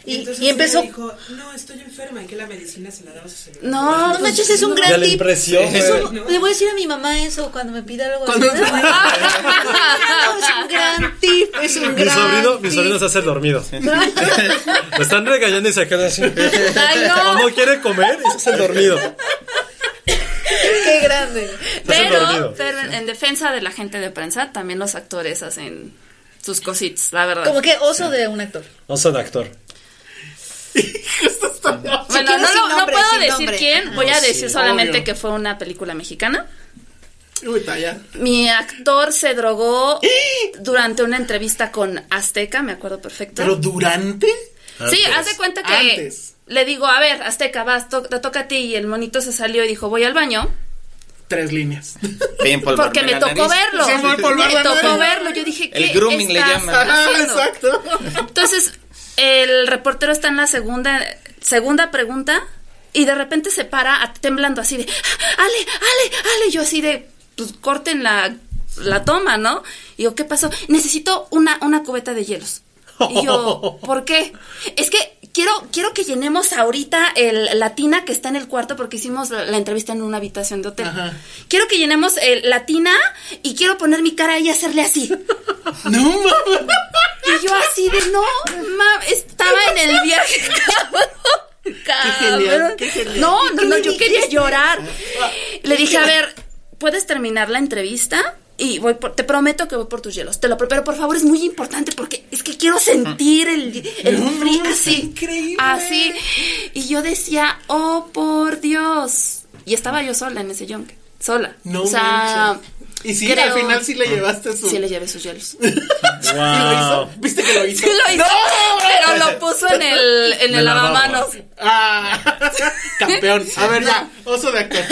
Speaker 6: Y,
Speaker 8: entonces
Speaker 6: y
Speaker 8: ella
Speaker 6: empezó.
Speaker 8: dijo, no, estoy enferma, y que la medicina se la daba a su celular.
Speaker 4: No,
Speaker 6: No manches, es un
Speaker 5: Ya
Speaker 6: gran
Speaker 5: la
Speaker 6: tip.
Speaker 5: impresión.
Speaker 6: Es
Speaker 5: güey.
Speaker 6: un- le voy a decir a mi mamá eso cuando me pida algo.
Speaker 3: Cuando-
Speaker 6: así. Ah, No, es un gran tip, es un
Speaker 5: Mi
Speaker 6: gran
Speaker 5: sobrino, mi
Speaker 6: tip.
Speaker 5: sobrino se hace el dormido. Lo están regañando y se queda así.
Speaker 4: Ay, no.
Speaker 5: O no quiere comer y se hace el dormido.
Speaker 6: Qué grande.
Speaker 5: hacen
Speaker 4: Pero,
Speaker 5: dormido.
Speaker 4: pero en, en defensa de la gente de prensa, también los actores hacen sus cositas, la verdad.
Speaker 6: Como que oso de un actor.
Speaker 5: No son actor.
Speaker 4: Bueno,
Speaker 6: Si quieres
Speaker 4: no,
Speaker 6: sin
Speaker 4: lo- no
Speaker 6: nombre,
Speaker 4: puedo
Speaker 6: sin
Speaker 4: decir
Speaker 6: nombre.
Speaker 4: quién, voy a decir solamente
Speaker 3: obvio.
Speaker 4: que fue una película mexicana.
Speaker 3: Uy, está ya.
Speaker 4: Mi actor se drogó durante una entrevista con Azteca, me acuerdo perfecto.
Speaker 3: Pero durante.
Speaker 4: sí,
Speaker 5: Antes.
Speaker 4: haz de cuenta que
Speaker 3: Antes.
Speaker 4: le digo, a ver, Azteca, vas, to- te toca a ti. Y el monito se salió y dijo, voy al baño.
Speaker 3: Tres líneas.
Speaker 7: Te empolvarme
Speaker 4: Porque me
Speaker 7: la
Speaker 4: tocó
Speaker 7: nariz.
Speaker 4: verlo.
Speaker 3: Sí, fue empolvar
Speaker 4: me
Speaker 3: la
Speaker 4: tocó
Speaker 3: nariz.
Speaker 4: verlo. Yo dije, ¿qué
Speaker 7: El grooming le
Speaker 4: estás
Speaker 7: llaman.
Speaker 3: Ah,
Speaker 4: haciendo?".
Speaker 3: exacto.
Speaker 4: Entonces, el reportero está en la segunda, segunda pregunta y de repente se para a- temblando así de, "Ah, Ale, Ale, Ale, yo así de, pues corten la, la toma, ¿no? Y yo, ¿qué pasó? Necesito una, una cubeta de hielos. Y yo, ¿por qué? Es que quiero, quiero que llenemos ahorita el, la tina que está en el cuarto porque hicimos la, la entrevista en una habitación de hotel.
Speaker 3: Ajá.
Speaker 4: Quiero que llenemos el- la tina y quiero poner mi cara ahí y hacerle así.
Speaker 3: No mames.
Speaker 4: Y yo así de no, ma, estaba en el viaje, cabrón.
Speaker 3: genial,
Speaker 4: cabrón.
Speaker 3: qué genial.
Speaker 4: No, no, no, yo quería llorar. Le dije, a ver, ¿puedes terminar la entrevista? Y voy por- te prometo que voy por tus hielos. Te lo pero por favor es muy importante porque es que quiero sentir el, el frío así.
Speaker 3: increíble.
Speaker 4: Así. Y yo decía, oh por Dios. Y estaba yo sola en ese yonque. Sola.
Speaker 3: No
Speaker 4: o sea,
Speaker 3: manches. Y sí,
Speaker 4: creo-
Speaker 3: al final sí le llevaste su.
Speaker 4: sí le llevé sus hielos.
Speaker 5: Wow.
Speaker 3: ¿Viste que lo hizo?
Speaker 4: Sí lo hizo, pero lo puso en el, en
Speaker 5: Me
Speaker 4: el
Speaker 5: la
Speaker 4: lavamanos.
Speaker 3: Ah, campeón. A ver, ya. Oso de actor.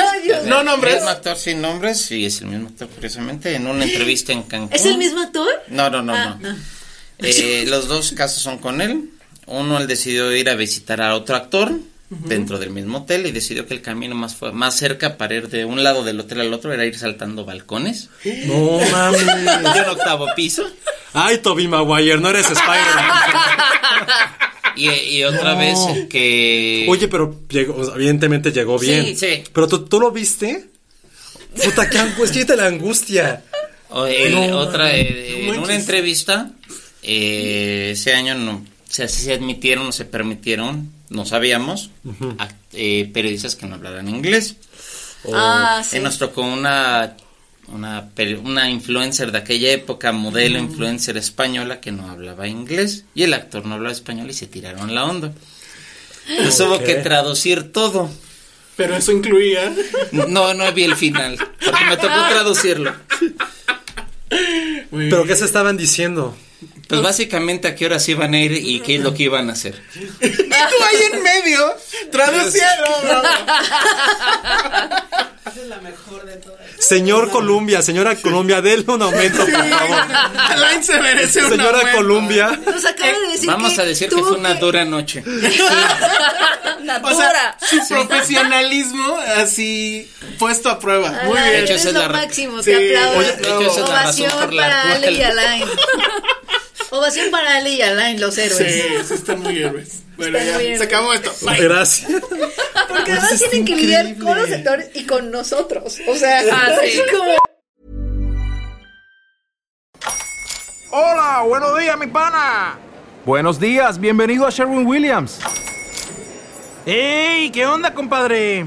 Speaker 3: No
Speaker 7: El
Speaker 3: nombres.
Speaker 7: mismo actor sin nombres, sí, es el mismo actor, curiosamente, en una entrevista en Cancún.
Speaker 6: ¿Es el mismo actor?
Speaker 7: No, no, no,
Speaker 6: Ah,
Speaker 7: no. Eh, los dos casos son con él. Uno, él decidió ir a visitar a otro actor dentro del mismo hotel y decidió que el camino más, fue, más cerca para ir de un lado del hotel al otro era ir saltando balcones.
Speaker 5: No mames.
Speaker 7: De un octavo piso.
Speaker 5: Ay, Toby Maguire, no eres Spider-Man.
Speaker 7: Y, y otra vez que...
Speaker 5: Oye, pero llegó, o sea, evidentemente llegó
Speaker 7: Sí,
Speaker 5: bien.
Speaker 7: sí.
Speaker 5: Pero tú, tú lo viste. Puta, qué angustia, qué la angustia.
Speaker 7: O el-
Speaker 5: No,
Speaker 7: otra, eh, en
Speaker 5: manches.
Speaker 7: una entrevista, eh, ese año no, se, se admitieron, no se permitieron, no sabíamos, act- eh, periodistas que no hablaran inglés.
Speaker 5: Oh.
Speaker 4: Ah,
Speaker 7: Y
Speaker 4: sí.
Speaker 7: nos tocó una, una, peri- una influencer de aquella época, modelo influencer española que no hablaba inglés y el actor no hablaba español y se tiraron la onda. Entonces hubo
Speaker 5: Ok.
Speaker 7: que traducir todo.
Speaker 3: Pero eso incluía.
Speaker 7: No, no vi el final, porque me tocó traducirlo.
Speaker 5: Pero ¿qué se estaban diciendo?
Speaker 7: Pues básicamente a qué horas iban a ir y qué es lo que iban a hacer.
Speaker 3: Y tú ahí en medio. Traduciendo.
Speaker 5: Señor Colombia, señora Colombia, denle un aumento, por favor.
Speaker 3: Alain se merece una.
Speaker 5: Señora
Speaker 3: buena.
Speaker 5: Colombia.
Speaker 6: Nos acaba de decir
Speaker 7: Vamos a decir que
Speaker 6: tuvo
Speaker 7: fue una dura noche.
Speaker 3: O sea, su profesionalismo así puesto a prueba. Muy bien.
Speaker 6: Alain,
Speaker 7: De hecho, esa
Speaker 6: es
Speaker 7: es
Speaker 6: lo
Speaker 7: la ra-
Speaker 6: máximo,
Speaker 3: Sí.
Speaker 6: te aplaudo.
Speaker 3: Oye, de hecho, esa
Speaker 7: es la razón
Speaker 6: Ovación
Speaker 7: por la
Speaker 6: para Ale
Speaker 7: cual-
Speaker 6: y Alain. Ovación para Ale y Alain, los héroes.
Speaker 3: Sí, sí están muy héroes. Bueno,
Speaker 6: Están
Speaker 3: ya,
Speaker 6: muy
Speaker 3: se
Speaker 6: héroes.
Speaker 3: acabó esto. Bye.
Speaker 5: Gracias.
Speaker 6: Porque además
Speaker 5: Eso es
Speaker 6: tienen que lidiar
Speaker 5: increíble.
Speaker 6: con los actores y con nosotros. O sea,
Speaker 4: Ah, sí.
Speaker 6: es como
Speaker 9: Hola, buenos días, mi pana. Buenos días, bienvenido a Sherwin Williams. ¡Ey! ¿Qué onda, compadre?